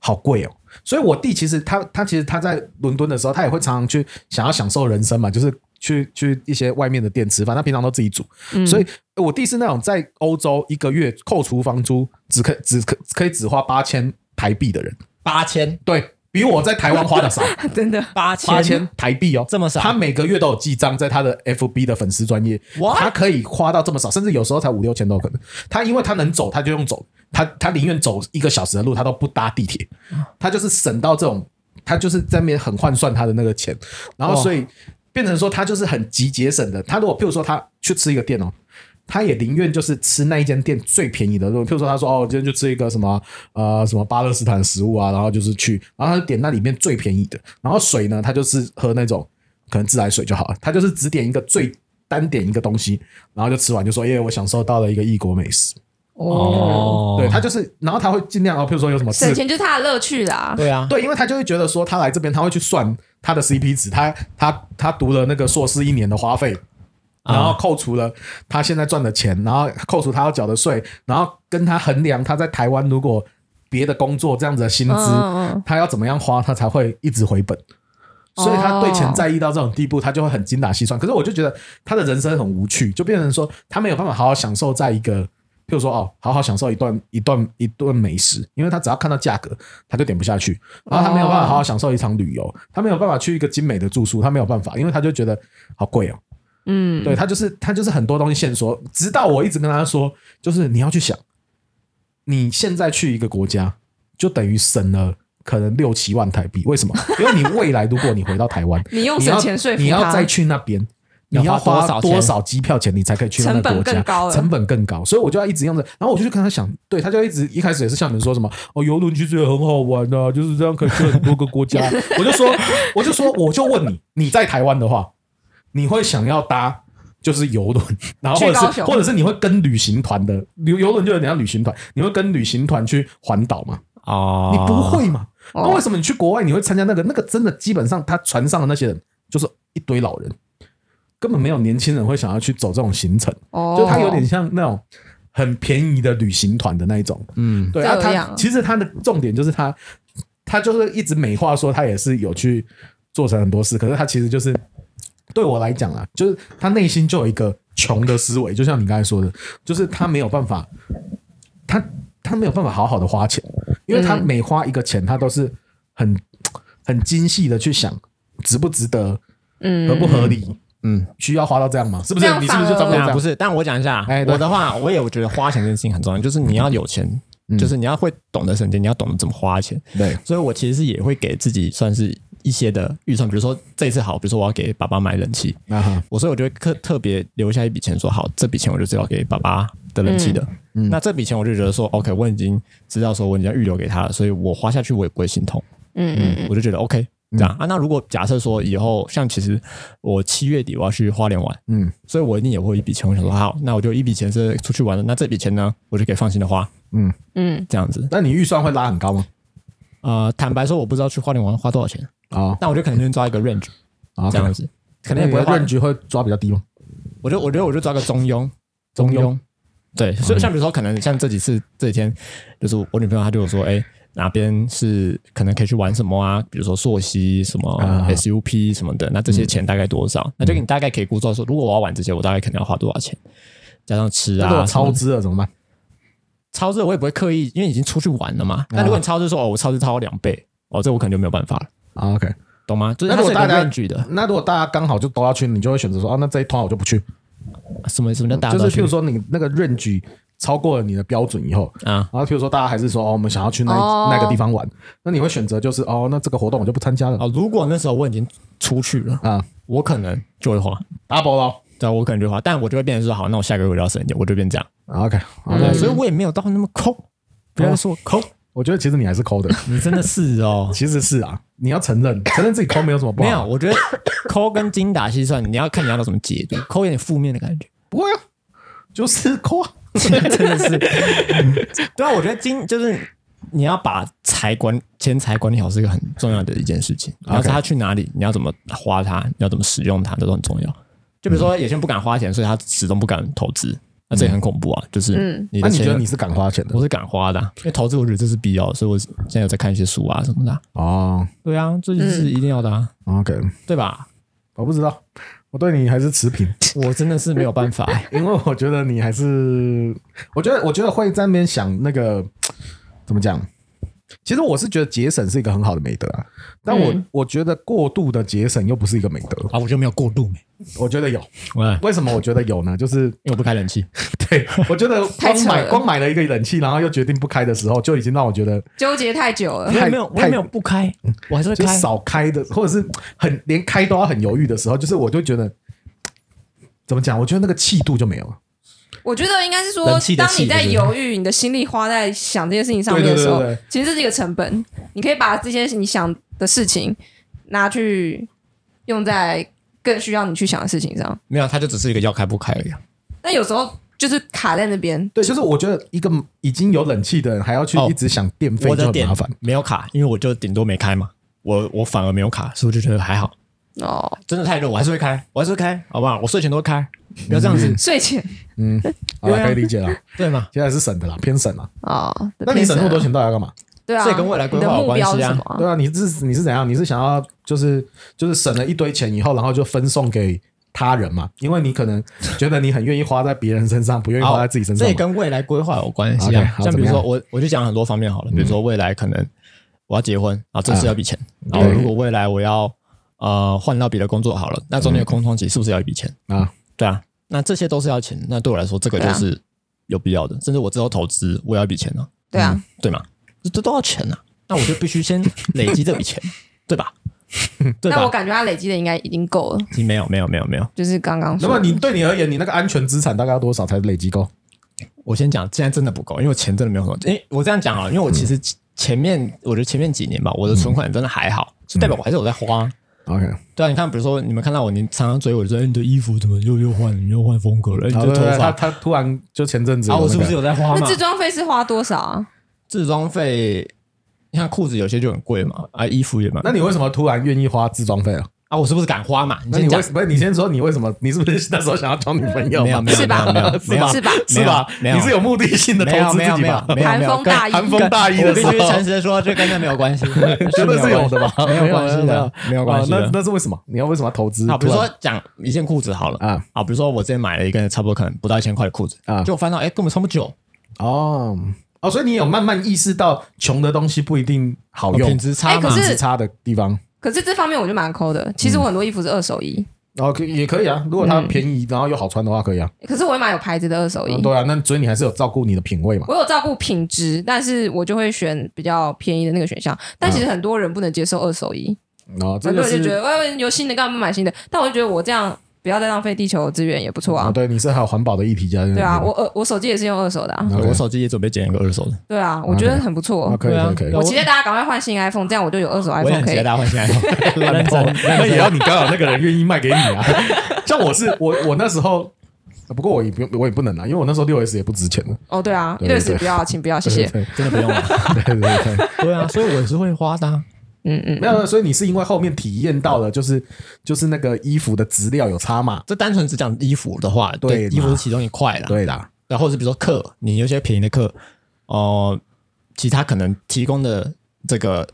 S2: 好贵哦。所以我弟其实他他其实他在伦敦的时候，他也会常常去想要享受人生嘛，就是去去一些外面的店吃饭，他平常都自己煮。
S3: 嗯
S2: 所以我弟是那种在欧洲一个月扣除房租，只可只可可以只花八千台币的人，
S1: 八千
S2: 对比我在台湾花 的少。
S3: 真的
S1: 八
S2: 八千台币哦，
S1: 这么少
S2: 他每个月都有记账，在他的 FB 的粉丝专业，
S1: What？
S2: 他可以花到这么少，甚至有时候才五六千都有可能。他因为他能走，他就用走，他他宁愿走一个小时的路，他都不搭地铁，他就是省到这种，他就是在那边很换算他的那个钱，然后所以变成说他就是很极节省的。他如果譬如说他去吃一个店哦。他也宁愿就是吃那一间店最便宜的，譬如说他说哦，我今天就吃一个什么呃什么巴勒斯坦食物啊，然后就是去，然后他就点那里面最便宜的，然后水呢，他就是喝那种可能自来水就好了，他就是只点一个最单点一个东西，然后就吃完就说耶，我享受到了一个异国美食，
S3: 哦，
S2: 对他就是，然后他会尽量哦，譬如说有什么自
S3: 省钱就是他的乐趣啦。
S1: 对啊，
S2: 对，因为他就会觉得说，他来这边他会去算他的 CP 值，他他他读了那个硕士一年的花费，
S1: 啊
S2: 然后扣除了他现在赚的钱，然后扣除他要缴的税，然后跟他衡量他在台湾如果别的工作这样子的薪资，
S3: 嗯嗯嗯
S2: 他要怎么样花，他才会一直回本。所以他对钱在意到这种地步，他就会很精打细算。可是我就觉得他的人生很无趣，就变成说他没有办法好好享受在一个，譬如说哦，好好享受一段一段一顿美食，因为他只要看到价格，他就点不下去。然后他没有办法好好享受一场旅游，他没有办法去一个精美的住宿，他没有办法，因为他就觉得好贵哦。
S3: 嗯，
S2: 对他就是他就是很多东西线索，直到我一直跟他说，就是你要去想，你现在去一个国家，就等于省了可能六七万台币。为什么？因为你未来如果你回到台湾，
S3: 你用
S2: 你
S3: 省
S2: 要
S3: 钱说服
S2: 你要
S3: 他
S2: 再去那边。你
S1: 要
S2: 要
S1: 花多
S2: 花
S1: 少
S2: 多
S1: 钱
S2: 少机票钱，你才可以去那个
S3: 成本
S2: 国家？
S3: 更高了
S2: 成本更高，所以我就要一直用着。然后我就去跟他想，对，他就一直一开始也是像你们说什么哦，游轮其实也很好玩啊，就是这样可以去很多个 国家。我就说，我就说，我就问你，你在台湾的话，你会想要搭就是游轮，然后或
S3: 去高
S2: 者是
S3: 雄
S2: 或者是你会跟旅行团的游游轮就有点像旅行团，你会跟旅行团去环岛吗？
S1: 哦，
S2: 啊你不会嘛？
S3: 哦
S2: 那为什么你去国外你会参加那个？那个真的基本上他船上的那些人就是一堆老人，根本没有年轻人会想要去走这种行程，
S3: 哦，
S2: 就他有点像那种很便宜的旅行团的那一种。
S1: 嗯，
S2: 对啊，
S3: 这样
S2: 他其实他的重点就是他，他就是一直美化说他也是有去做成很多事，可是他其实就是对我来讲啊，就是他内心就有一个穷的思维，就像你刚才说的，就是他没有办法，他他没有办法好好的花钱，因为他
S3: 嗯
S2: 每花一个钱，他都是很很精细的去想值不值得，
S3: 嗯
S2: 合不合理，
S1: 嗯，
S2: 需要花到这样吗？是不是
S3: 这？样
S2: 你是不
S3: 反而
S2: 是就差不多
S1: 对
S2: 这
S1: 啊，
S2: 样
S1: 不？是，但我讲一下
S2: 哎，对
S1: 我的话，我也觉得花钱这件事情很重要，就是你要有钱，
S2: 嗯
S1: 就是你要会懂得省钱，你要懂得怎么花钱。
S2: 对，
S1: 所以我其实是也会给自己算是一些的预算，比如说这一次好，比如说我要给爸爸买冷气，
S2: 啊哈，
S1: 我所以我就会特特别留下一笔钱说，好，这笔钱我就是要给爸爸的冷气的。
S2: 嗯
S1: 那这笔钱我就觉得说，OK，我已经知道说我已经要预留给他了，所以我花下去我也不会心痛。
S3: 嗯嗯
S1: 我就觉得 OK 这样、啊。那如果假设说以后像其实我七月底我要去花莲玩，
S2: 嗯
S1: 所以我一定也会有一笔钱。我想说好，那我就一笔钱是出去玩的，那这笔钱呢，我就可以放心的花
S2: 嗯，
S3: 嗯，
S1: 这样子。
S2: 那你预算会拉很高吗？
S1: 呃，坦白说，我不知道去花莲玩花多少钱，
S2: 啊
S1: 那我就可能先抓一个 range
S2: 啊，
S1: 这样子，可能也
S2: 你
S1: 不会
S2: 的
S1: 花
S2: range 会抓比较低吗？
S1: 我就我觉得我就抓个中庸，
S2: 中庸。
S1: 对，所以像比如说，可能像这几次这几天，就是我女朋友她就有说，哎、哪边是可能可以去玩什么啊？比如说溯溪什么
S2: 啊嗯
S1: SUP 什么的，那这些钱大概多少？那就你大概可以估算说，如果我要玩这些，我大概可能要花多少钱，加上吃
S2: 那如
S1: 啊，
S2: 果超
S1: 什么
S2: 支了怎么办？
S1: 超支，我也不会刻意，因为已经出去玩了嘛。
S2: 啊
S1: 那如果你超支说，哦，我超支超过两倍，哦，这我可能就没有办法了，
S2: 啊，OK。
S1: 懂吗？就是
S2: 那
S1: 它
S2: 如
S1: 是
S2: 果
S1: 有
S2: 大
S1: 个
S2: 家
S1: range 的，
S2: 那如果大家刚好就都要去，你就会选择说，啊，那这一团我就不去。
S1: 什么什么叫大家啊
S2: 就
S1: 都
S2: 是
S1: 要
S2: 譬如
S1: 去
S2: 说你那个 range 超过了你的标准以后，
S1: 啊？
S2: 然后譬如说大家还是说，哦，我们想要去那
S3: 哦
S2: 那个地方玩，那你会选择就是，哦，那这个活动我就不参加了
S1: 哦，如果那时候我已经出去了，
S2: 啊
S1: 我可能就会花。
S2: ，double 咯。
S1: 对啊，我可能就花，但我就会变成说，好，那我下个月我就要省一点，我就变这样。
S2: OK，好，
S1: 对，所以我也没有到那么抠，不要说我抠，
S2: 我觉得其实你还是抠的，。
S1: 你真的是哦
S2: 其实是啊，你要承认，承认自己抠没有什么不好。
S1: 没有，，我觉得抠跟精打细算，你要看你要到什么解读。抠有点负面的感觉，
S2: 不会啊，就是抠啊。
S1: 真的是。对啊，我觉得精就是你要把财管钱财管理好是一个很重要的一件事情。然后他去哪里，你要怎么花它，你要怎么使用它，这都很重要。就比如说，有些人不敢花钱，所以他始终不敢投资，那这也很恐怖啊。就是
S3: 嗯
S1: 你
S2: 那
S1: 的
S2: 你
S1: 钱，
S2: 觉得你是敢花钱的
S1: 我是敢花的啊、因为投资我觉得这是必要的，所以我现在有在看一些书啊什么的啊。
S2: 哦
S1: 对啊，这就是一定要的啊，
S2: ？OK，
S1: 对吧？
S2: 我不知道，我对你还 是持平。。
S1: 我真的是没有办法、欸
S2: 因为我觉得你还是，我觉得我觉得会在那边想那个怎么讲。其实我是觉得节省是一个很好的美德啊，但我、
S3: 嗯
S2: 我觉得过度的节省又不是一个美德。
S1: 啊，我就没有过度没，
S2: 我觉得有，
S1: 喂，因
S2: 为什么我觉得有呢？ 就是
S1: 为我不开冷气，
S2: 对我觉得
S3: 太
S2: 光
S3: 扯
S2: 买
S3: 了
S2: 光买了一个冷气，然后又决定不开的时候，就已经让我觉得
S3: 纠结太久了
S1: 我。也
S2: 太
S1: 没有，我
S2: 太
S1: 也没有不开，我嗯还是会
S2: 就
S1: 开。
S2: 是少开的，或者是很连开都要很犹豫的时候，就是我就觉得怎么讲？我觉得那个气度就没有了。
S3: 我觉得应该是说
S1: 冷气，的
S3: 当
S1: 气
S3: 你在
S1: 对不对
S3: 犹豫，你的心力花在想这件事情上面的时候
S2: 对对对对，
S3: 其实这是一个成本。你可以把这些你想的事情拿去用在更需要你去想的事情上。
S1: 没有，它就只是一个要开不开而已啊。
S3: 但有时候就是卡在那边，
S2: 对，就是我觉得一个已经有冷气的人还要去
S1: 哦
S2: 一直想电费
S1: 我
S2: 就
S1: 的
S2: 很
S1: 点
S2: 麻烦。
S1: 没有卡，因为我就顶多没开嘛，我我反而没有卡，所以我就觉得还好。
S3: 哦，
S1: 真的太热，我还是会开，我还是会开，好不好？我睡前都会开，不要这样子，
S3: 睡前
S2: 好了，
S1: 对啊
S2: 可以理解了。
S1: 嗯对吗？
S2: 现在是省的啦，偏省啦。
S3: 哦，
S2: 那你省那么多钱到底要干嘛？
S3: 对啊，
S1: 这也跟未来规划有
S3: 你的目
S1: 关系啊
S3: 标是什么啊？
S2: 对啊，你是你是怎样？你是想要就是就是省了一堆钱以后，然后就分送给他人嘛？因为你可能觉得你很愿意花在别人身上，不愿意
S1: 好，
S2: 花在自己身上
S1: 这也
S2: 嘛。
S1: 跟未来规划有关系
S2: OK，
S1: 啊。
S2: 好
S1: 像比
S2: 怎
S1: 如说
S2: 么样嗯
S1: 我，我就讲很多方面好了，比如说未来可能我要结婚，然后这是要一笔钱，然
S2: 啊嗯对
S1: 后如果未来我要呃换到别的工作好了，那中间的空窗期是不是要一笔钱？
S2: 啊，
S1: 对啊，那这些都是要钱，那对我来说这个就
S3: 对啊
S1: 是有必要的，甚至我之后投资我也要一笔钱呢、
S3: 对啊，
S1: 对吗？这这都要钱啊，那我就必须先累积这笔 钱，对吧？对
S3: 那我
S1: 吧？
S3: 感觉他累积的应该已经够了，
S1: 没有没有没有没有，
S3: 就是刚刚
S2: 那
S3: 说
S2: 么你对你而言，你那个安全资产大概要多少才累积够？
S1: 我先讲，现在真的不够，因为我钱真的没有很多。因为我这样讲好了，因为我其
S2: 嗯
S1: 实前面，我觉得前面几年吧，我的存款真的还
S2: 嗯
S1: 好，就代表我还是有在花。
S2: OK，
S1: 对啊，你看，比如说你们看到我，你常常追我说，哎，你的衣服怎么又又换，你又换风格了，哎，
S2: 好
S1: 你的
S2: 啊对
S1: 头
S2: 对对他
S1: 发
S2: 他突然就前阵子
S1: 啊，
S2: 有
S1: 我
S2: 那
S1: 是不
S2: 个
S1: 是有在花
S3: 那
S1: 嘛？
S3: 自装费是花多少啊？
S1: 自装费，你看裤子有些就很贵嘛，啊，衣服也蛮
S2: 那你为什么突然愿意花自装费啊？
S1: 啊，我是不是敢花嘛？你
S2: 那
S1: 先
S2: 你
S1: 讲
S2: 为，不是你先说你为什么？你是不是那时候想要交女朋友嘛？
S1: 没有没有
S3: 是吧
S1: 没有没有没
S3: 是
S2: 是吧
S3: 吧
S1: 有
S2: 是吧？
S1: 没有，
S2: 你是有目的性的投
S1: 没有
S2: 资
S1: 没
S2: 自
S1: 有
S2: 己
S1: 没有
S2: 吧？
S1: 没有
S3: 寒
S1: 没有
S3: 风
S1: 跟
S3: 大衣，
S2: 寒风大衣
S1: 我
S2: 的
S1: 必
S2: 时
S1: 须诚
S2: 候，
S1: 实的说，这跟那没有关 系，
S2: 绝
S1: 绝
S2: 对是有的吧？
S1: 没有关系的，没有关系
S2: 哦那
S1: 的。
S2: 那是为什么？你要为什么要投资？
S1: 好，比如
S2: 突
S1: 说
S2: 然
S1: 讲一件裤子好了
S2: 啊
S1: 啊，好，比如说我之前买了一个差不多可能不到一千块的裤子
S2: 啊
S1: 啊，就翻到哎根本穿不久，
S2: 哦哦，所以你有慢慢意识到穷的东西不一定好用，
S1: 品质差
S3: 哎
S1: 嘛
S3: 可，是
S2: 质差的地方。
S3: 可是这方面我就蛮抠的。其实我很多衣服是二手衣，
S2: 然后也可以啊，如果它便
S1: 嗯
S2: 宜，然后又好穿的话，可以啊。
S3: 可是我会买有牌子的二手衣
S2: 嗯。对啊，那所以你还是有照顾你的品味嘛？
S3: 我有照顾品质，但是我就会选比较便宜的那个选项。但
S1: 嗯
S3: 其实很多人不能接受二手衣，
S2: 哦，这
S3: 很多
S2: 就
S3: 人
S2: 是
S3: 就觉得，哎，有新的干嘛不买新的？但我就觉得我这样不要再浪费地球资源也不错
S2: 啊，
S3: 啊。
S1: 嗯
S2: 对，你是还有环保的议题加进去
S3: 对啊，我呃我手机也是用二手的啊。
S1: 对
S2: OK
S1: 我手机也准备捡一个二手的，
S3: 对啊，我觉得很不错。
S2: 啊可以
S1: 对啊
S2: 可以可以，
S3: 我期待大家赶快换新 iPhone，这样我就有二手
S1: 我也
S3: iPhone
S1: 很
S3: 可
S1: 期待
S3: 以。
S1: 大家换新 iPhone，认真哎认真
S2: 哦那也要你刚好那个人愿意卖给你啊。 像我是我我那时候，不过我也不用我也不能啊，因为我那时候六 S 也不值钱的。
S3: 哦，对啊，
S2: 对
S3: 一
S2: 对
S3: 对四不要，请不要，谢谢。
S2: 对
S1: 真的不用了。
S2: 对对对对，
S1: 对啊，所以我也是会花的啊。
S3: 嗯嗯，
S2: 没有，所以你是因为后面体验到了，就是就是那个衣服的质量有差嘛？
S1: 这单纯只讲衣服的话，对，
S2: 对嘛
S1: 衣服是其中一块啦。
S2: 对啦，
S1: 然后是比如说课，你有些便宜的课，哦、其他可能提供的这个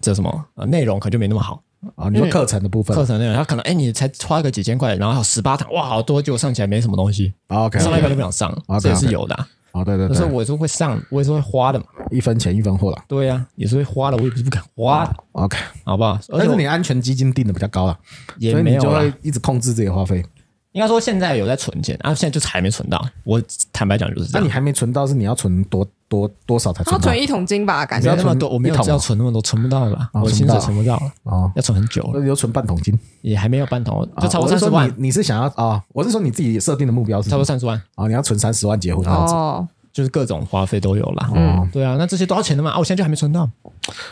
S1: 这什么呃内容可能就没那么好，
S2: 啊，你说课程的部分
S1: 嗯课程内容他可能哎你才花个几千块，然后还有十八堂，哇好多，结果上起来没什么东西，
S2: 啊，OK，
S1: 上到一半就不想上
S2: OK，OK
S1: 这也是有的、啊。
S2: 啊，对对
S1: 可是
S2: 对，
S1: 我也是会上，我也是会花的嘛，
S2: 一分钱一分货啦。
S1: 对呀、也是会花的，我也不是不敢花，
S2: OK，
S1: 好不好？而
S2: 啊但
S1: 且
S2: 是
S1: 我
S2: 你安全基金定的比较高啦，
S1: 也
S2: 所以
S1: 没
S2: 你就
S1: 有啦
S2: 会一直控制自己的花费。
S1: 应该说现在有在存钱，啊，现在就是还没存到，我坦白讲就是这
S2: 那
S1: 样
S2: 你。还没存到，是你要存多多多少才
S3: 他要
S1: 哦
S2: 存啊
S3: 存
S2: 到
S3: 一桶金吧，感
S1: 没
S3: 觉
S1: 有那么多，我没有
S2: 一桶吗
S1: 要存那么多，存不到了，
S2: 哦
S1: 我
S2: 存不
S1: 薪
S2: 到
S1: 水存不到了，
S2: 哦，
S1: 要存很久了，
S2: 那有存半桶金，
S1: 也还没有半桶，就差不多
S2: 啊我
S1: 三
S2: 是
S1: 十
S2: 说
S1: 万，
S2: 你你是想要啊？我是说你自己设定的目标是
S1: 差不多
S2: 什么
S1: 三十万，
S2: 啊？你要存三十万结婚这样子，
S3: 哦，
S1: 就是各种花费都有啦。
S3: 嗯
S1: 对啊，那这些都要钱的嘛，啊，我现在就还没存到，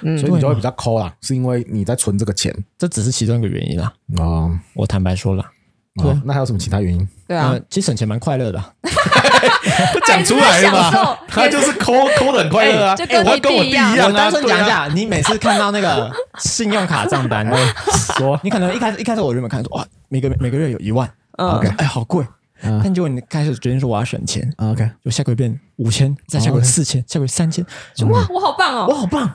S3: 嗯
S2: 所以你
S1: 啊
S2: 就会比较抠啦，是因为你在存这个钱
S1: 这只是其中一个原因啦。
S2: 哦。
S1: 我坦白说了，对啊
S2: 哦，那还有什么其他原因？
S3: 对啊
S1: 呃，，其实省钱蛮快乐的啊，
S2: 不
S3: 讲出来了吧他一直在享受他就是
S2: 抠抠的很快
S1: 乐啊
S3: 哎就跟哎我要跟我弟一样弟一
S1: 我单纯讲一，下，你每次看到那个信用卡账单，啊
S2: 说
S1: 你可能一开始一开始我原本看说哇，每个每个月有一万，OK，哎，好贵，
S2: 嗯
S1: 但结果你开始决定说我要省钱，
S2: OK，
S1: 就下个月变五千，再下个月四千，下个月三千，
S3: 就
S2: 呃
S3: 哇，我好棒
S1: 我
S3: 哦，
S1: 好棒，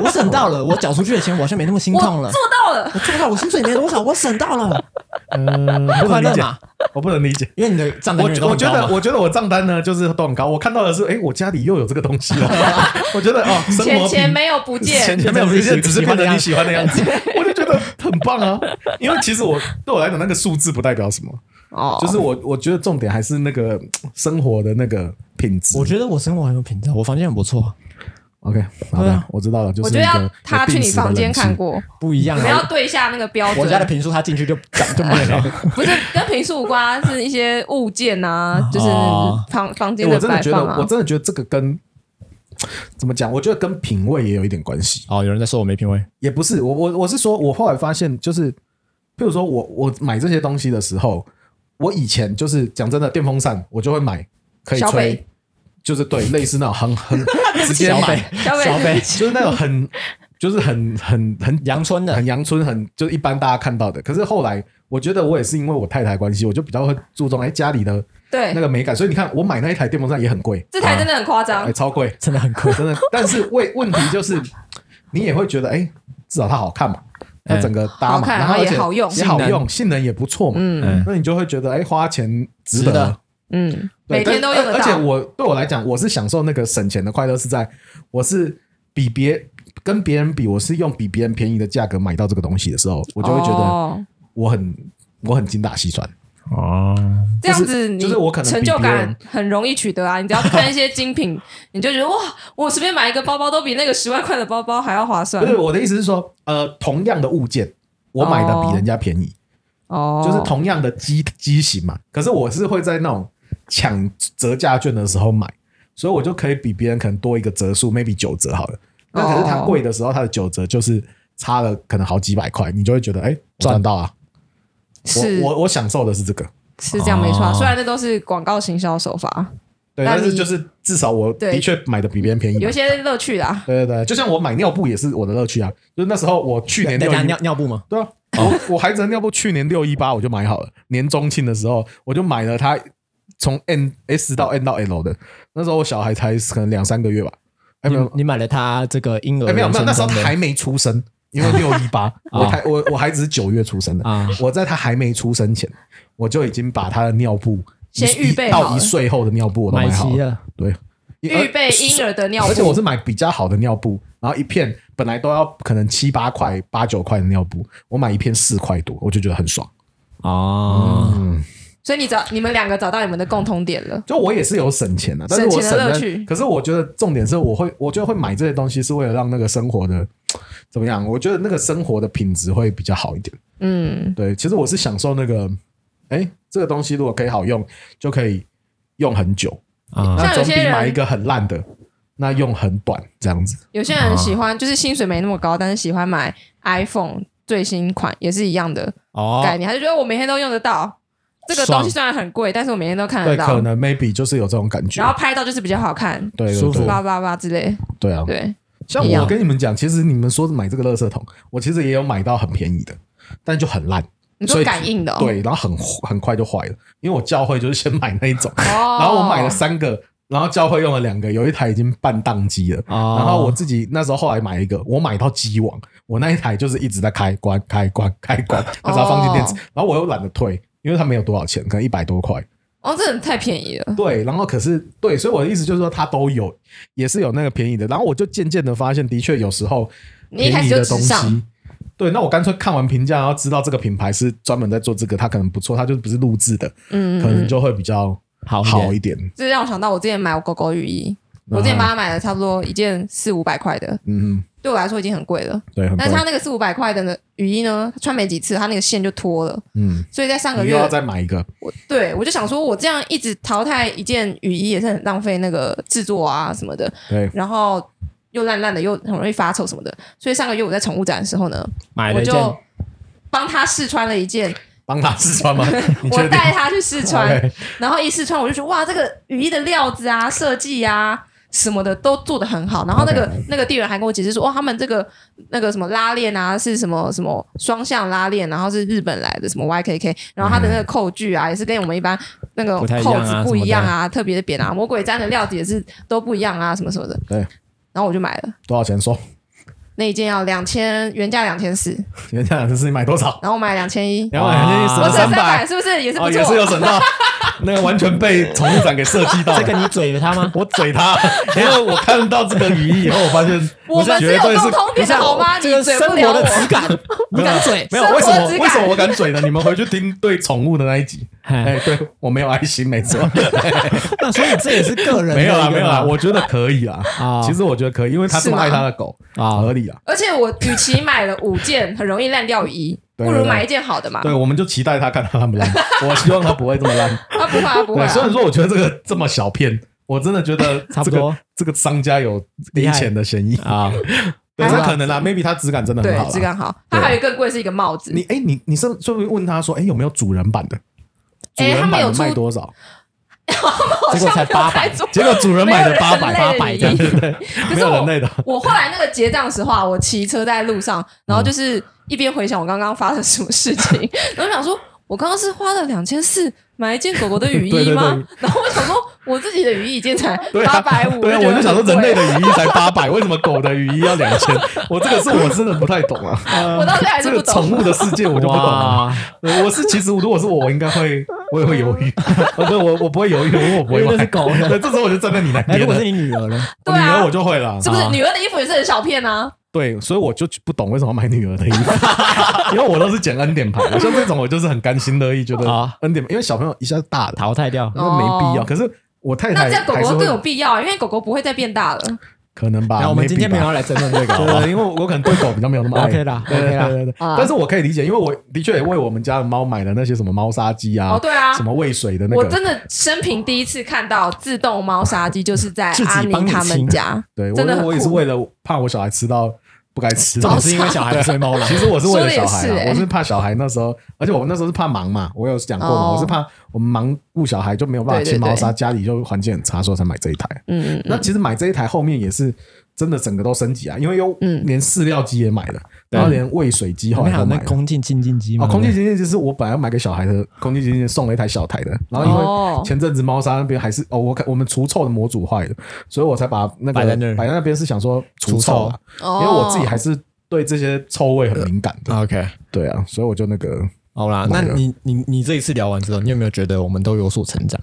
S1: 我省到 了，我缴出去的钱我好像没那么心
S3: 我
S1: 痛了，
S3: 做到了，
S1: 我做到，我薪水没多少，我省到 了，
S2: 嗯，我不
S1: 快
S2: 能
S1: 乐
S2: 理解，
S1: 嘛，
S2: 我不能 理解。
S1: 因为你的账单永
S2: 我
S1: 远都
S2: 我
S1: 很
S2: 觉
S1: 高嘛
S2: 得，我觉得我账单呢，就是都很高。我看到的是，哎，我家里又有这个东西 了。我觉得哦，生
S3: 钱
S2: 活
S3: 钱
S2: 品
S3: 没有 不
S2: 钱
S3: 见，
S2: 钱没有不见，只是变成你喜
S1: 喜
S2: 欢的样 子，我就觉得很棒啊。因为其实我对我来讲，那个数字不代表什么，
S3: 哦，
S2: 就是我我觉得重点还是那个嘖生活的那个品质
S1: 我。觉得我生活很有品质，哦我房间很不错，
S2: OK，好
S1: 对
S2: 的
S1: 啊，
S2: 我知道了，就
S3: 嗯我
S2: 是
S3: 觉得
S2: 一个
S3: 要他去你房间看， 过，
S1: 不一样
S3: 你们要
S1: 啊。
S3: 对一下那个标
S1: 我家的
S3: 准，
S1: 平数他进去就涨就没了，
S3: 不是跟平数无关，啊是一些物件啊，就是
S1: 哦
S3: 房房
S2: 有品质
S3: 间
S2: 哎的冷静我真
S3: 摆
S2: 的觉得
S3: 放，啊
S2: 我。真的觉得这个跟嘖怎么讲？我觉得跟品味也有一点关系。
S1: 哦，有人在说我没品味，
S2: 也不是，我我我是说，我后来发现，就是譬如说我我买这些东西的时候，我以前就是讲真的，电风扇我就会买可以
S3: 小
S2: 吹
S3: 北，
S2: 就是对类似那种很很直接
S1: 小
S2: 买，
S1: 北
S3: 小北
S1: 小 北
S2: 就是那种很就是很很很
S1: 阳春的
S2: 很阳春，很就是一般大家看到的。可是后来，我觉得我也是因为我太太关系，我就比较会注重哎家里的
S3: 对
S2: 那，个美感，所以你看我买那一台电风扇也很贵，
S3: 这台真的很夸张
S2: 哎，超贵，
S1: 真的很酷。
S2: 真的。但是问问题就是，你也会觉得，哎、至少它好看嘛，它整个搭
S3: 好
S2: 嘛，
S3: 看
S2: 然后而且
S3: 然后也好用
S2: 也好用，性能也不错嘛。
S1: 嗯
S3: 嗯
S2: 那你就会觉得，哎、花钱值
S1: 值得
S3: 嗯，
S2: 对
S3: 每天
S2: 但
S3: 都用得
S2: 而且
S3: 到。
S2: 我对我来讲，我是享受那个省钱的快乐，是在我是比别跟别人比，我是用比别人便宜的价格买到这个东西的时候，我就会觉得
S3: 哦
S2: 我很、我很精打细算。
S1: 哦，
S3: 这样子你
S2: 就是我可能比
S3: 成就
S2: 别
S3: 感
S2: 人
S3: 很容易取得啊！你只要看一些精品，你就觉得哇，我随便买一个包包都比那个十万块的包包还要划算
S2: 不是我的意思是说，呃，同样的物件，我买的比人家便宜。
S3: 哦。
S2: 就是同样的机机型嘛。可是我是会在那种抢折价券的时候买，所以我就可以比别人可能多一个折数，maybe 九折好了。那可是它
S3: 哦
S2: 贵的时候，它的九折就是差了可能好几百块，你就会觉得哎、我赚到啊！
S3: 是
S2: 我我我享受的是这个，
S3: 是这样没错啊，
S1: 哦
S3: 虽然那都是广告行销手法，
S2: 对，
S3: 那
S2: 但是
S3: 你
S2: 就是至少我
S3: 对
S2: 的确买的比别人便宜嘛。
S3: 有一些乐趣啦。
S2: 对对对，就像我买尿布也是我的乐趣啊！就是那时候我去年
S1: 等
S2: 六
S1: 一下
S2: 一
S1: 尿尿布吗？
S2: 对啊，我我孩子的尿布去年六一八我就买好了，年中庆的时候我就买了它从 N S 到 N 到 L 的，那时候我小孩才可能两三个月吧，哎
S1: 你
S2: 没有
S1: 你买了他这个婴儿
S2: 哎没有
S1: 人
S2: 没有，
S1: 生
S2: 那时候
S1: 中
S2: 他
S1: 的
S2: 还没出生，因为六一八， 我还我我孩子是九月出生的，
S1: 啊，
S2: 我在他还没出生前我就已经把他的尿布
S3: 先
S2: 一
S3: 预备
S2: 一
S3: 好了
S2: 到一岁后的尿布我都
S1: 买
S2: 买好
S1: 齐
S2: 了，
S1: 了，
S2: 对，
S3: 预备婴儿的尿布，
S2: 而且我是买比较好的尿布，然后一片本来都要可能七八块、八九块的尿布，我买一片四块多，我就觉得很爽。
S1: 哦，
S2: 嗯，
S3: 所以你找你们两个找到你们的共同点了。
S2: 就我也是有省钱的、啊，但是我
S3: 省钱的乐
S2: 在
S3: 趣
S2: 可是我觉得重点是，我会，我觉得会买这些东西是为了让那个生活的怎么样？我觉得那个生活的品质会比较好一点。
S3: 嗯，
S2: 对，其实我是享受那个，哎，这个东西如果可以好用，就可以用很久，
S1: 啊，
S2: 那
S3: 像有
S2: 总
S3: 些
S2: 比
S3: 人
S2: 买一个很烂的，那用很短这样子。
S3: 有些人喜
S2: 啊
S3: 欢就是薪水没那么高，但是喜欢买 iPhone 最新款，也是一样的
S2: 啊
S1: 哦，
S3: 概念。他就觉得我每天都用得到这个
S1: 爽
S3: 东西，虽然很贵，但是我每天都看得
S2: 对，
S3: 到。
S2: 可能 maybe 就是有这种感觉
S3: 然。后拍照就是比较好看，
S2: 对对
S1: 舒服
S2: 对，
S3: 叭叭叭之类。
S2: 对啊，
S3: 对，
S2: 像
S3: 一
S2: 我
S3: 样
S2: 跟你们讲，其实你们说买这个垃圾桶，我其实也有买到很便宜的，但就很烂，
S3: 你
S2: 所
S3: 说
S2: 以
S3: 感应的、哦，，
S2: 对，然后很很快就坏了，因为我教会就是先买那一种，
S3: 哦、
S2: 然后我买了三个，然后教会用了两个，有一台已经半宕机了。
S1: 哦
S2: 然后我自己那时候后来买一个，我买到机网，我那一台就是一直在开关开关开关，
S3: 哦
S2: 它只要放进电池，然后我又懒得退，因为它没有多少钱，可能一百多块。
S3: 哦，这很太便宜了，
S2: 对，然后可是对，所以我的意思就是说，它都有，也是有那个便宜的。然后我就渐渐的发现，的确有时候
S3: 你一
S2: 便
S3: 开
S2: 宜
S3: 始
S2: 的
S3: 就
S2: 东
S3: 直
S2: 西
S3: 上，
S2: 对，那我干脆看完评价，然后知道这个品牌是专门在做这个，它可能不错，它就不是录制的，
S3: 嗯，
S2: 可能就会比较
S1: 好
S2: 好
S1: 一
S2: 一
S1: 点
S2: 点。嗯
S3: 这让我想到我之前买我狗狗雨衣，
S2: 啊
S3: 我之前帮他买了差不多一件四五百块的，
S2: 嗯，
S3: 对我来说已经很贵了。
S2: 对，很
S3: 但是他
S2: 棒。
S3: 那个四五百块的呢雨衣呢，穿没几次，他那个线就脱了。
S2: 嗯，
S3: 所以在上个
S2: 你
S3: 月
S2: 又，要再买一个，
S3: 我对我就想说，我这样一直淘汰一件雨衣也是很浪费那个制作啊什么的，
S2: 对，
S3: 然后又烂烂的，又很容易发臭什么的。所以上个月我在宠物展的时候呢，
S1: 买
S3: 我
S1: 了一件
S3: 就帮他试穿了一件，
S2: 帮他 试穿吗？你
S3: 我
S2: 确定
S3: 带他去试穿
S2: OK
S3: 然后一试穿我就觉得哇，这个雨衣的料子啊、设计啊什么的都做得很好。然后那个那个店员还跟我解释说，哦，他们这个那个什么拉链啊是什么什么双向拉链，然后是日本来的什么 YKK，然后它的那个扣具啊也是跟我们一般那个
S1: 不太一样
S3: 扣
S1: 啊
S3: 子
S1: 什
S3: 不
S1: 么
S3: 一
S1: 的
S3: 样啊，特别的扁啊，魔鬼毡的料子也是都不一样啊，什么什么的。
S2: 对，
S3: 然后我就买了
S2: 多少钱说？
S3: 那一件要两千，原价两千四，
S2: 你们这样是你买多少？
S3: 然后我买两千一。
S2: 两百
S1: 哇
S2: 你省
S3: 我
S2: 了
S3: 省
S2: 三
S3: 三
S2: 百
S3: 百，，是不是也是不
S2: 哦，
S3: 错？
S2: 也是有省到，那个完全被宠物展给设计到
S1: 这
S2: 了。
S1: 个你嘴了他 吗？
S2: 我嘴他，因为我看到这个雨衣以后，我发现
S3: 我们是
S2: 绝
S3: 有
S2: 对
S3: 共
S2: 是
S3: 同
S1: 不
S3: 点
S1: 是
S3: 的
S1: 啊
S3: 好吗？你
S1: 这个
S3: 嘴
S1: 生
S3: 不
S1: 活
S3: 了
S1: 的
S3: 我
S1: 质， 感，你敢 嘴？
S2: 没有为什
S3: 生
S2: 么
S3: 活质感
S2: 为什么我敢嘴呢？你们回去听对宠物的那 一集，哎，
S1: 哎，
S2: 对我没有爱心，没错，
S1: 那所以这也是个人的
S2: 没
S1: 一
S2: 有
S1: 个
S2: 啦，
S1: 嘛
S2: 没有啦，我觉得可以啦。
S1: 啊
S2: 其实我觉得可以，因为他这么
S3: 是吗
S2: 爱他的狗，
S1: 啊
S2: 合理啊。
S3: 而且我与其买了五件很容易烂掉衣，
S2: 对
S3: 不如
S2: 对对
S3: 买一件好的嘛。
S2: 对，我们就期待他看到他们烂。我希望他不会这么烂。
S3: 啊，不会啊，不会
S2: 对，虽然
S3: 啊。
S2: 说我觉得这个这么小片，我真的觉得
S1: 差
S2: 这
S1: 不
S2: 个
S1: 多
S2: 这个商家有
S1: 厉
S2: 赔
S1: 害
S2: 钱的嫌疑。
S1: 啊，
S2: 对，
S3: 还
S2: 这
S3: 好
S2: 可能啦，maybe 它质感真的很
S3: 对
S2: 好，啦。
S3: 质感好。
S2: 对
S3: 它还有一个更贵是一个帽子
S2: 你，哎，你你是说不定问他说，哎，有没有主人版的？主
S3: 哎他
S2: 人
S3: 们
S2: 版
S3: 有
S2: 的
S3: 出
S2: 卖多少？
S3: 好
S1: 结果才
S3: 像
S1: 八
S3: 才
S1: 百
S3: 做
S2: 结果主人买了八百，
S3: 没有人类
S2: 这
S3: 的
S2: 样对
S3: 意义
S2: 不对？
S3: 可
S2: 没
S3: 是
S2: 有人
S3: 我
S2: 类的，
S3: 我后来那个结账时候啊，我骑车在路上，然
S2: 嗯
S3: 后就是一边回想我刚刚发生什么事 情，然后想说，我刚刚是花了两千四买一件狗狗的雨衣吗？
S2: 对对 对
S3: 然后我想说，我自己的雨衣一件才
S2: 对
S3: 八
S2: 啊
S3: 百 五，
S2: 对啊，
S3: 觉
S2: 我
S3: 得
S2: 就想说
S3: 很
S2: 人
S3: 贵
S2: 类的雨衣才八百，为什么狗的雨衣要两千？ 我这个是我真的不太懂啊。
S3: 我到现在还是
S2: 这
S3: 不
S2: 个
S3: 懂。
S2: 宠物的世界我就不懂啊了。
S1: 哇，
S2: 对我是其实如果是我，我应该会 我也会犹豫，呃不，我我不会犹豫，因为我不会
S1: 因为那
S2: 买
S1: 是狗的
S2: 对，这时候我就站在你那
S1: 哎，
S2: 边
S1: 如果
S2: 了。
S1: 是你女儿呢？
S2: 我
S3: 对
S2: 女儿
S3: 啊
S2: 我，就会了
S3: 是，不是
S1: 啊
S3: 女儿的衣服也是很小片啊？
S2: 对，所以我就不懂为什么买女儿的衣服， 因为我都是捡恩典牌，像这种我就是很甘心乐意，觉得
S1: 啊
S2: 恩典，因为小朋友一下子大了，
S1: 淘汰掉
S2: 那没必要。可是我太
S3: 哦那
S2: 太
S3: 这样狗
S2: 哎还是
S3: 狗
S2: 会
S3: 更有必要啊，因为狗狗不会再变大了。
S2: 可能吧
S1: 然，后我们
S2: 啊 maybe
S1: 今天没
S2: 吧哦
S1: 有要来争论这个好不好，
S2: 对，因为我可能对狗比较没有那么爱
S1: OK 啦
S2: 对对
S1: OK 啦
S2: 对对对
S3: 啊
S2: 但是我可以理解，因为我的确也为我们家的猫买了那些什么猫砂机啊，
S3: 哦，对啊
S2: 什，么喂水的那
S3: 我
S2: 个，
S3: 真的生平第一次看到自动猫砂机，就是在
S1: 自己
S3: 阿
S1: 帮
S3: 宁
S1: 你
S3: 他们
S1: 清
S3: 家。
S2: 对
S3: 真的很
S2: 我
S3: 酷
S2: 我也是为了怕我小孩吃到不该吃的
S1: 总。是因为小孩不睡猫了
S2: 其。实我是为了小孩
S3: 说的也
S2: 啊，
S3: 是欸
S2: 我是怕小孩那时候，而且我那时候是怕忙嘛，我有讲过嘛，
S3: 哦
S2: 我是怕我们忙顾小孩就没有办法
S3: 对
S2: 清
S3: 对对
S2: 猫砂，家里就环境很差，所以才买这一台。
S3: 嗯，
S2: 那其实买这一台后面也是真的整个都升级啊，因为有
S3: 嗯
S2: 连饲料机也买了，
S1: 对
S2: 然后连喂水机后
S1: 后
S2: 来
S1: 面还有
S2: 都买
S1: 那
S2: 了。
S1: 空气清净机
S2: 哦，
S1: 嘛，
S2: 空气清净机是我本来要买给小孩的空气清净机，送了一台小台的。然后因
S3: 哦
S2: 为前阵子猫砂那边还是哦，我看我们除臭的模组坏了，所以我才把那个
S1: 摆在那儿
S2: 摆在那边是想说除臭啊，因
S3: 哦
S2: 为我自己还是对这些臭味很敏感的。
S1: OK，
S2: 对啊，所以我就那个
S1: 好啦，那你你你这一次聊完之后，你有没有觉得我们都有所成长？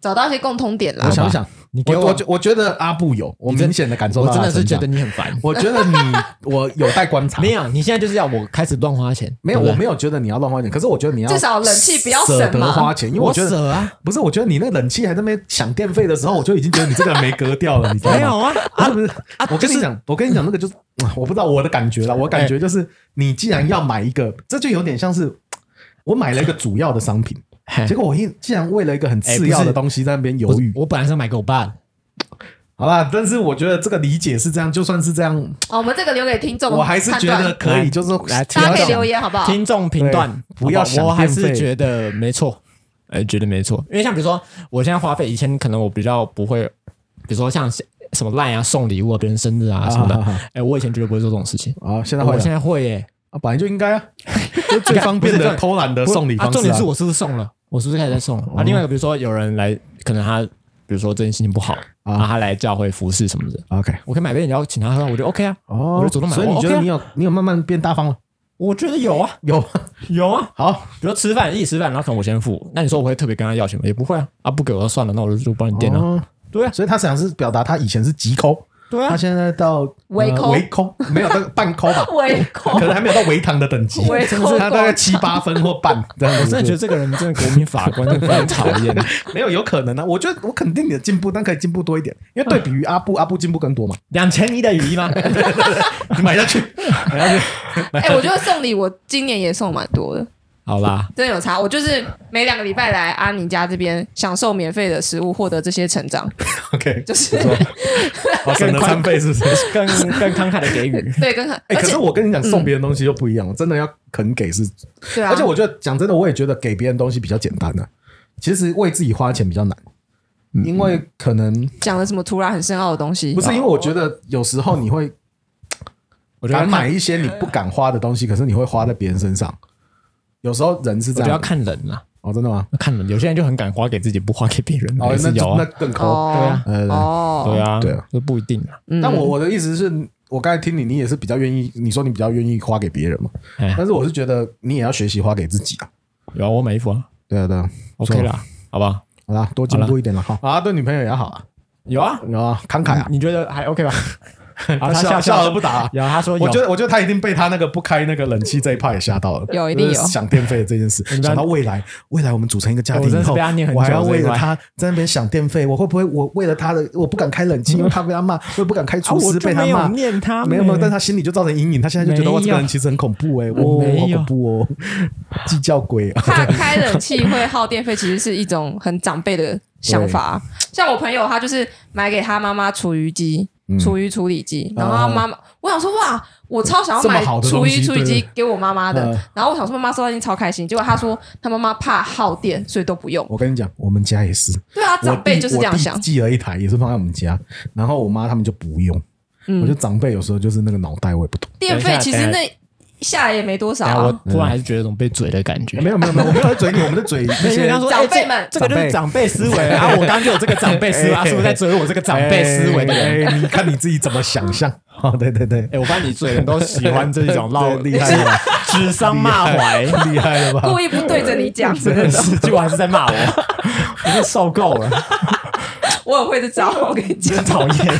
S3: 找到一些共通点啦
S2: 我。想想，
S1: 你给
S2: 我
S1: 我
S2: 我觉我觉得阿布有，我
S1: 你真
S2: 明显的感受
S1: 我
S2: 到他
S1: 真的是
S2: 成
S1: 觉
S2: 长
S1: 得，你很烦。
S2: 我觉得你我有待观察，
S1: 没 有，你现在就是要我开始乱花钱，
S2: 没有，
S1: 对不
S2: 我
S1: 对
S2: 没有觉得你要乱花钱，可是我觉得你要
S3: 至少冷气不要省嘛
S2: 舍得花钱，因为
S1: 我
S2: 觉得
S1: 舍啊，
S2: 不是，我觉得你那冷气还在那边想电费的时候，我就已经觉得你这个人没格调了，你知道吗？
S1: 没有啊
S2: 啊，不是
S1: 啊
S2: 我跟你讲，我跟你讲，那个就是 嗯我不知道我的感觉了，我感觉就是你既然要买一个，这就有点像是我买了一个主要的商品，
S1: 嘿
S2: 结果我一竟然为了一个很次
S1: 哎
S2: 要
S1: 不
S2: 的
S1: 是
S2: 东西在那边
S1: 我
S2: 犹豫。
S1: 我本来哎是买给我爸的，
S2: 好啦，但是我觉得这个理解是这样，就算是这样，
S3: 哦，我们这个留给听众判断，
S2: 我还是觉得可以，
S1: 来
S2: 就是
S1: 来
S2: 不
S3: 大
S2: 要
S3: 家可以
S2: 想
S3: 留言好不好？
S1: 听众评断
S2: 对不要
S1: 好好
S2: 想
S1: 我还
S2: 变
S1: 是
S2: 废
S1: 觉得没错，哎，觉得没错，因为像比如说我现在花费，以前可能我比较不会，比如说像什么烂啊送礼物啊，别人生日啊什么
S2: 啊啊
S1: 的，哎，我以前绝对不会做这种事情，
S2: 啊，现在会
S1: 我
S2: 了
S1: 现在会耶，
S2: 啊，本来就应 该啊，就最方便
S1: 不
S2: 的
S1: 是
S2: 偷懒的送礼
S1: 啊
S2: 方式啊。哦
S1: 重点是我是不是送了？我是不是开始在送了？啊，另外一个比如说有人来，可能他比如说最近心情不好，
S2: 啊
S1: 然后他来教会服侍什么的，
S2: OK
S1: 我可以买杯饮料请他喝，我觉得 OK 啊，
S2: 哦，
S1: 我就主动买
S2: 所以
S1: 我
S2: 你觉
S1: OK
S2: 得
S1: 啊
S2: 你有你有慢慢变大方了？
S1: 我觉得有啊，
S2: 有
S1: 有啊，
S2: 好
S1: 比如说吃饭一起吃饭，然后可能我先付，那你说我会特别跟他要钱吗？也不会啊，啊不给我就算了，那我就就帮你垫了、
S2: 哦
S1: 对啊，
S2: 所以他想是表达他以前是急抠，
S1: 对
S2: 他
S1: 啊，
S2: 现在到呃
S3: 微抠，
S2: 微抠，没有那个半抠吧
S3: 微抠
S2: 可能还没有到微糖的等级
S3: 微，
S2: 真
S3: 抠
S2: 的是他大概七八分或 半这样
S1: 我
S2: 子。
S1: 真的觉得这个人真的国民法官真的非常讨厌。
S2: 没有，有可能啊。我觉得我肯定你的进步，但可以进步多一点，因为对比于阿布，阿布进步更多嘛。
S1: 两千一的雨衣吗？
S2: 你买下去，买下去。
S3: 哎、我觉得送礼我今年也送蛮多的，
S1: 好啦，
S3: 真的有差。我就是每两个礼拜来阿宁家这边享受免费的食物，获得这些成长，
S2: OK，
S3: 就是
S2: 好省了餐费是不是？
S1: 更更慷慨的给予。
S3: 对，跟很
S2: 哎、
S3: 而
S2: 可
S3: 且
S2: 是我跟你讲，送别人东西就不一样了，真的要肯给是。
S3: 对啊，
S2: 而且我觉得讲真的，我也觉得给别人东西比较简单啊。其实为自己花钱比较难，
S1: 嗯
S2: 因为可能
S3: 讲了什么突然很深奥的东西，
S2: 不是因为我觉得有时候你会
S1: 我觉得要
S2: 敢买
S1: 看，
S2: 一些你不敢花的东西，可是你会花在别人身上。有时候人是
S1: 我
S2: 这
S1: 觉得要
S2: 样的
S1: 看人啦，
S2: 哦，真的吗？
S1: 要看人。有些人就很敢花给自己，不花给别人，
S2: 哦
S1: 也，
S2: 那
S1: 是有
S2: 就那
S1: 啊。
S2: 更抠。
S3: 哦
S2: 对啊
S3: 哦，
S1: 对啊，
S2: 对啊，
S1: 这不一定啊。
S3: 嗯
S2: 但我我的意思是，我刚才听你，你也是比较愿意，你说你比较愿意花给别人嘛？
S1: 哎，
S2: 但是我是觉得你也要学习花给自己啊。
S1: 有啊，我买衣服啊
S2: 对啊，对啊
S1: ，OK，啦，好不好？
S2: 不错好啦，多进步一点了哈。啊，对女朋友也要好啊，
S1: 有啊，
S2: 有啊，慷慨啊。
S1: 你觉得还 OK 吧？啊，
S2: 他笑笑而不答啊
S1: 有，他说有，
S2: 我觉得，我觉得他一定被他那个不开那个冷气这一趴也吓到了，
S3: 有一定有
S2: 就是想电费的这件事，
S1: 知道
S2: 想到未来，未来我们组成一个家庭
S1: 我真
S2: 以
S1: 的是
S2: 后，
S1: 被他念很久
S2: 我还要
S1: 这一
S2: 为了
S1: 块
S2: 他在那边想电费，我会不会我为了他的，我不敢开冷 气，因为怕被他骂，我也不敢开
S1: 啊
S2: 厨
S1: 我
S2: 师
S1: 就
S2: 被他
S1: 没有
S2: 骂，
S1: 念他
S2: 没有没有，
S1: 呢
S2: 但他心里就造成阴影，他现在就觉得
S1: 没
S2: 哇，这个
S1: 有
S2: 人其实很恐怖哎，
S1: 我
S2: 我
S1: 没
S2: 好
S1: 有
S2: 恐怖哦， 计较鬼 啊，
S3: 怕开冷气会耗电费，其实是一种很长辈的想法。像我朋友，他就是买给他妈妈厨余机、
S2: 嗯
S3: 厨余处理机，然后他妈妈，我想说哇，我超想要
S2: 哦这么
S3: 买
S2: 好的
S3: 厨
S2: 东西
S3: 余处理
S2: 对
S3: 机
S2: 对
S3: 给我妈妈的
S2: 嗯。
S3: 然后我想说，妈妈收到一定超开心，结果他说他妈妈怕耗电，所以都不用。
S2: 我跟你讲，我们家也是，
S3: 对啊，
S2: 我
S3: 长辈
S2: 弟
S3: 就是这样
S2: 我
S3: 想
S2: 弟。寄了一台，也是放在我们家，然后我妈他们就不用。
S3: 嗯
S2: 我觉得长辈有时候就是那个脑袋我也不懂。
S3: 电
S1: 等
S3: 费
S1: 一下
S3: 其实那下来也没多少
S1: 哎，我
S3: 啊。
S1: 突然还是觉得有种被嘴的感觉。
S2: 没有没有没有，我没有在嘴你，我们在嘴那
S1: 因为
S2: 些
S1: 他说
S3: 长
S1: 哎
S3: 辈
S1: 这
S3: 们
S1: 这个就是长辈思维啊！我刚刚就有这个长辈思维，
S2: 哎
S1: 啊是不是在追我这个长辈思维的人？
S2: 哎，哎你看你自己怎么想象？ 哦，对对对，
S1: 哎，我发现你嘴人都喜欢这 种绕
S2: 对厉害了吧，
S1: 指桑骂槐，
S2: 厉害了吧
S3: 故？意不对着你 讲，
S1: 真的是，结果还是在骂我，我真的受够了，
S3: 我很会这招，我跟你讲
S1: 真。讨厌。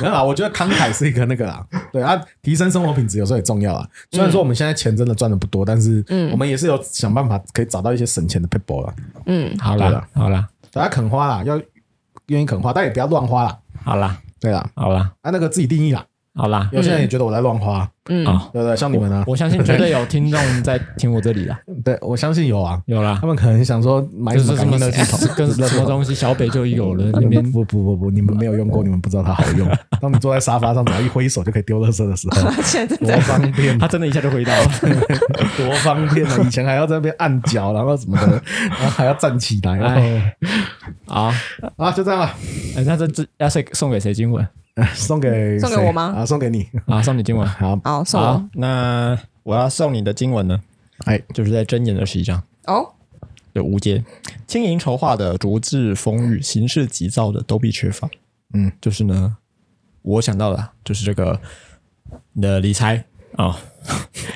S2: 没有啦，我觉得慷慨是一个那个啦，对啊，提升生活品质有时候也重要啊。虽然说我们现在钱真的赚的不多，但是我们也是有想办法可以找到一些省钱的 people 啦。
S3: 嗯，
S1: 好
S2: 对
S1: 啦
S2: 啦，
S1: 好啦，
S2: 大家肯花啦，要愿意肯花，但也不要乱花啦。
S1: 好啦，
S2: 对啦，
S1: 好啦，
S2: 啊，那个自己定义啦。
S1: 好啦，
S2: 有些人也觉得我在乱花，
S1: 好，
S2: 对不对？像你们啊，
S1: 我相信绝对有听众在听我这里啦，
S2: 对我相信有啊，
S1: 有 啦
S2: 他。们可能想说买
S1: 就
S2: 什么
S1: 是什
S2: 感
S1: 么
S2: 应
S1: 呢？
S2: 热气筒，
S1: 跟什么东西，小北就有了那 边
S2: 不不不不，你们没有用过，你们不知道它好 用。当你坐在沙发上，只要一挥手就可以丢垃圾的时候，
S3: 现在
S2: 多方便，
S1: 他真的一下就回答了。
S2: 多方便啊！以前还要在那边按脚，然后什么 的，然后还要站起来。然
S1: 哎，好，
S2: 后啊，就这样了，
S1: 哎，那这这要谁送给谁经文
S2: 送给
S3: 送给
S2: 谁
S3: 我吗
S2: 啊，送给你。
S1: 啊？送你经文。
S2: 好，
S3: 好送
S1: 好
S3: 我，
S1: 那我要送你的经文呢，
S2: 哎，
S1: 就是在箴言的十一章。
S3: 哦，
S1: 有无阶，轻盈筹划的、逐字风雨、行事急躁的都必缺乏。
S2: 嗯，
S1: 就是呢，我想到的啊就是这个你的理财啊，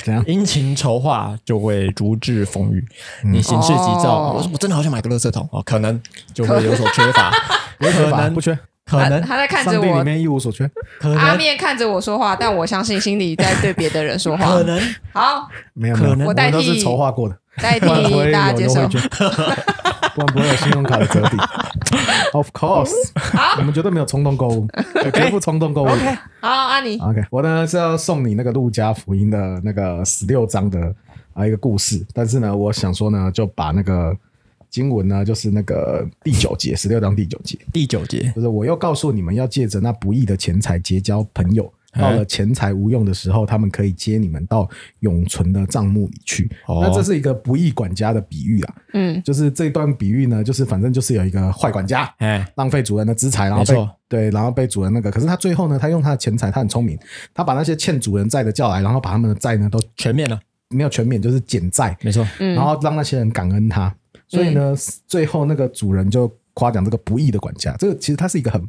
S2: 怎样？
S1: 殷勤筹划就会逐字风雨，你行事急躁，
S3: 哦
S1: 我我真的好想买个垃圾桶哦，可能就 会有所缺乏，有
S2: 缺
S1: 可
S2: 乏啊
S1: 能
S2: 不缺，
S1: 可能
S3: 他在看着
S2: 上帝里
S3: 我，
S2: 面一无所缺。
S1: 可
S3: 阿
S1: 能
S3: 面看着我说话，但我相信心里在对别的人说话
S1: 可。能
S3: 好，
S2: 没有，
S1: 可
S2: 没有
S1: 能
S2: 我
S3: 我代
S2: 们
S3: 替
S2: 都是筹划过的，
S3: 代替
S2: 不然不会有
S3: 大家接
S2: 优
S3: 受
S2: 惠。券， 不然不会有信用卡的折抵。Of course，我们绝对没有冲动购物，绝不冲动购物。
S3: 好，阿尼，
S2: OK，我呢是要送你那个《路加福音》的那个十六章的啊一个故事，但是呢，我想说呢，就把那个经文呢，就是那个第九节，十六章第九节，
S1: 第九节
S2: 就是我又告诉你们要借着那不义的钱财结交朋友，到了钱财无用的时候，他们可以接你们到永存的账目里去。
S1: 哦
S2: 那这是一个不义管家的比喻啊，
S3: 嗯，
S2: 就是这段比喻呢，就是反正就是有一个坏管家，
S1: 哎
S2: 浪费主人的资财，然后
S1: 没
S2: 被
S1: 错
S2: 对，然后被主人那个。可是他最后呢，他用他的钱财，他很聪明，他把那些欠主人债的叫来，然后把他们的债呢都
S1: 全面了，
S2: 没有全免，就是减债，
S1: 没错，
S2: 然后让那些人感恩他。所以呢，最后那个主人就夸奖这个不义的管家，这个其实他是一个很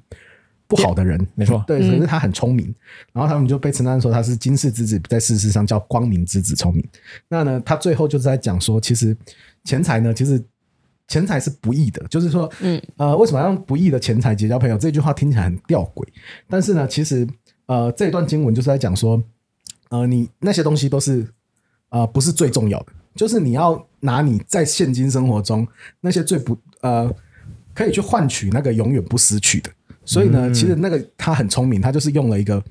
S2: 不好的人。
S1: 没错，
S2: 对，可是他很聪明，然后他们就被称赞说他是今世之子，在世事上叫光明之子聪明。那呢，他最后就是在讲说，其实钱财呢，其实钱财是不易的，就是说，
S3: 嗯
S2: 嗯，呃，为什么要用不易的钱财结交朋友？这句话听起来很吊诡，但是呢，其实呃，这一段经文就是在讲说，呃，你那些东西都是呃不是最重要的，就是你要拿你在现今生活中那些最不呃可以去换取那个永远不失去的。所以呢，其实那个他很聪明，他就是用了一个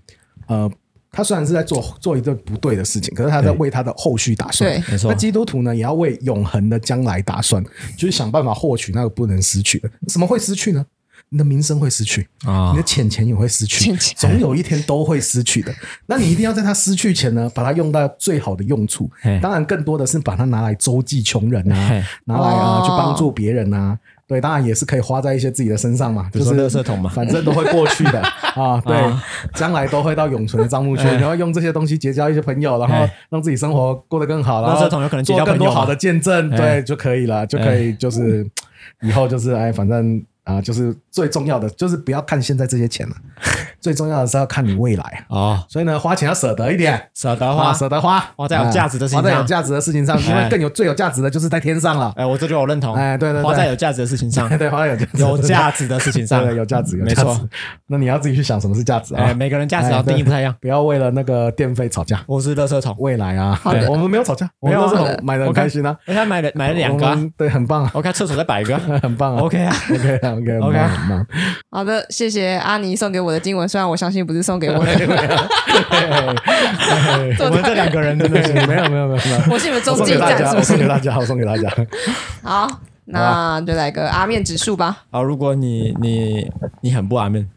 S2: 呃，他虽然是在做做一个不对的事情，可是他在
S1: 对
S2: 为他的后续打算。
S3: 对
S1: 没错
S2: 那基督徒呢，也要为永恒的将来打算，就是想办法获取那个不能失去的。什么会失去呢？你的名声会失去，
S1: 啊
S2: 你的钱钱也会失去
S3: 钱，钱
S2: 总有一天都会失 去的。那你一定要在它失去前呢，把它用到最好的用处
S1: 嘿。
S2: 当然，更多的是把它拿来周济穷人
S1: 嘿
S2: 啊，拿来啊
S3: 哦
S2: 去帮助别人啊。对，当然也是可以花在一些自己的身上嘛，
S1: 比
S2: 就
S1: 如
S2: 是
S1: 说垃圾桶嘛
S2: 反正都会过去 的啊。对
S1: 啊，
S2: 将来都会到永存的账目去，然后用这些东西结交一些朋友，然后
S1: 哎
S2: 让自己生活过得更好，然
S1: 垃
S2: 后
S1: 圾桶有可能结
S2: 做
S1: 交
S2: 更
S1: 朋友
S2: 多
S1: 嘛
S2: 好的见证，
S1: 哎
S2: 对就可以了，就可以就是 以后就是哎，反正啊，就是最重要的就是不要看现在这 些钱了，啊最重要的是要看你未来。啊
S1: 哦，
S2: 所以呢，花钱要舍得一点，
S1: 舍得
S2: 啊
S1: 花，
S2: 舍得花，
S1: 花在有
S2: 哎
S1: 价值的事情
S2: 花在有
S1: 上
S2: 价值的事情上，因为
S1: 哎
S2: 更有最有价值的就是在天上了。
S1: 哎，我这句我认同，
S2: 哎对对对，
S1: 花在有价值的事情上
S2: 对，花在有价值，
S1: 哎有价值的事情上
S2: 对，有价值，有
S1: 没
S2: 价
S1: 错
S2: 值。那你要自己去想什么是价值啊
S1: 哎，？每个人价值好像定义不太一样
S2: 哎，对不要为了那个电费吵架。
S1: 我是垃圾桶，
S2: 未来啊，
S3: 好的
S2: 我们没有吵架，我
S1: 没
S2: 们
S1: 有啊
S2: 都是很买的很开心啊，
S1: 我哎才买了买了两个
S2: 我
S1: 啊，
S2: 们对，很棒啊，
S1: 我看厕所再摆一个 啊
S2: 很棒啊
S1: ，OK 啊，
S2: ，OK 啊，OK
S1: OK
S2: 很棒
S1: 啊
S2: 很棒。
S3: 好的，谢谢阿尼送给我的经文，虽然我相信不是送给我的，
S1: 我们这两个人真的是
S2: 对没有没有没有没有，
S3: 我是你们
S2: 我
S3: 中
S2: 送
S3: 继
S2: 给大
S3: 站
S2: 家，
S3: 是
S2: 我
S3: 不
S2: 送给
S3: 是？
S2: 大家，我送给大家。
S3: 好，那就来个阿面指数吧。
S1: 好，如果你你你很不安面，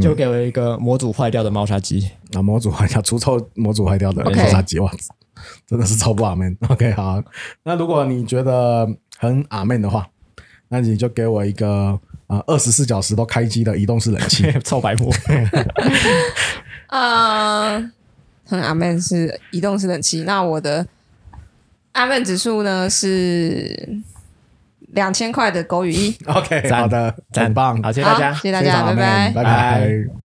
S1: 就给我一个模组坏掉的猫砂机。。
S2: 啊，模组坏掉，除臭 模组坏掉的
S3: OK
S2: 自杀机哇，真的是超不阿妹。OK，好啊，那如果你觉得很阿妹的话，那你就给我一个呃二十四小时都开机的移动式冷气
S1: 臭白目，
S3: 嗯，很阿面是移动式冷气，那我的阿面指数呢是两千块的狗语一。
S2: OK，
S1: 赞
S2: 好的，
S1: 赞
S2: 很棒，
S1: 好，谢谢大家
S3: 好，谢谢大家
S2: 非常阿妹
S3: 拜拜
S2: 拜拜。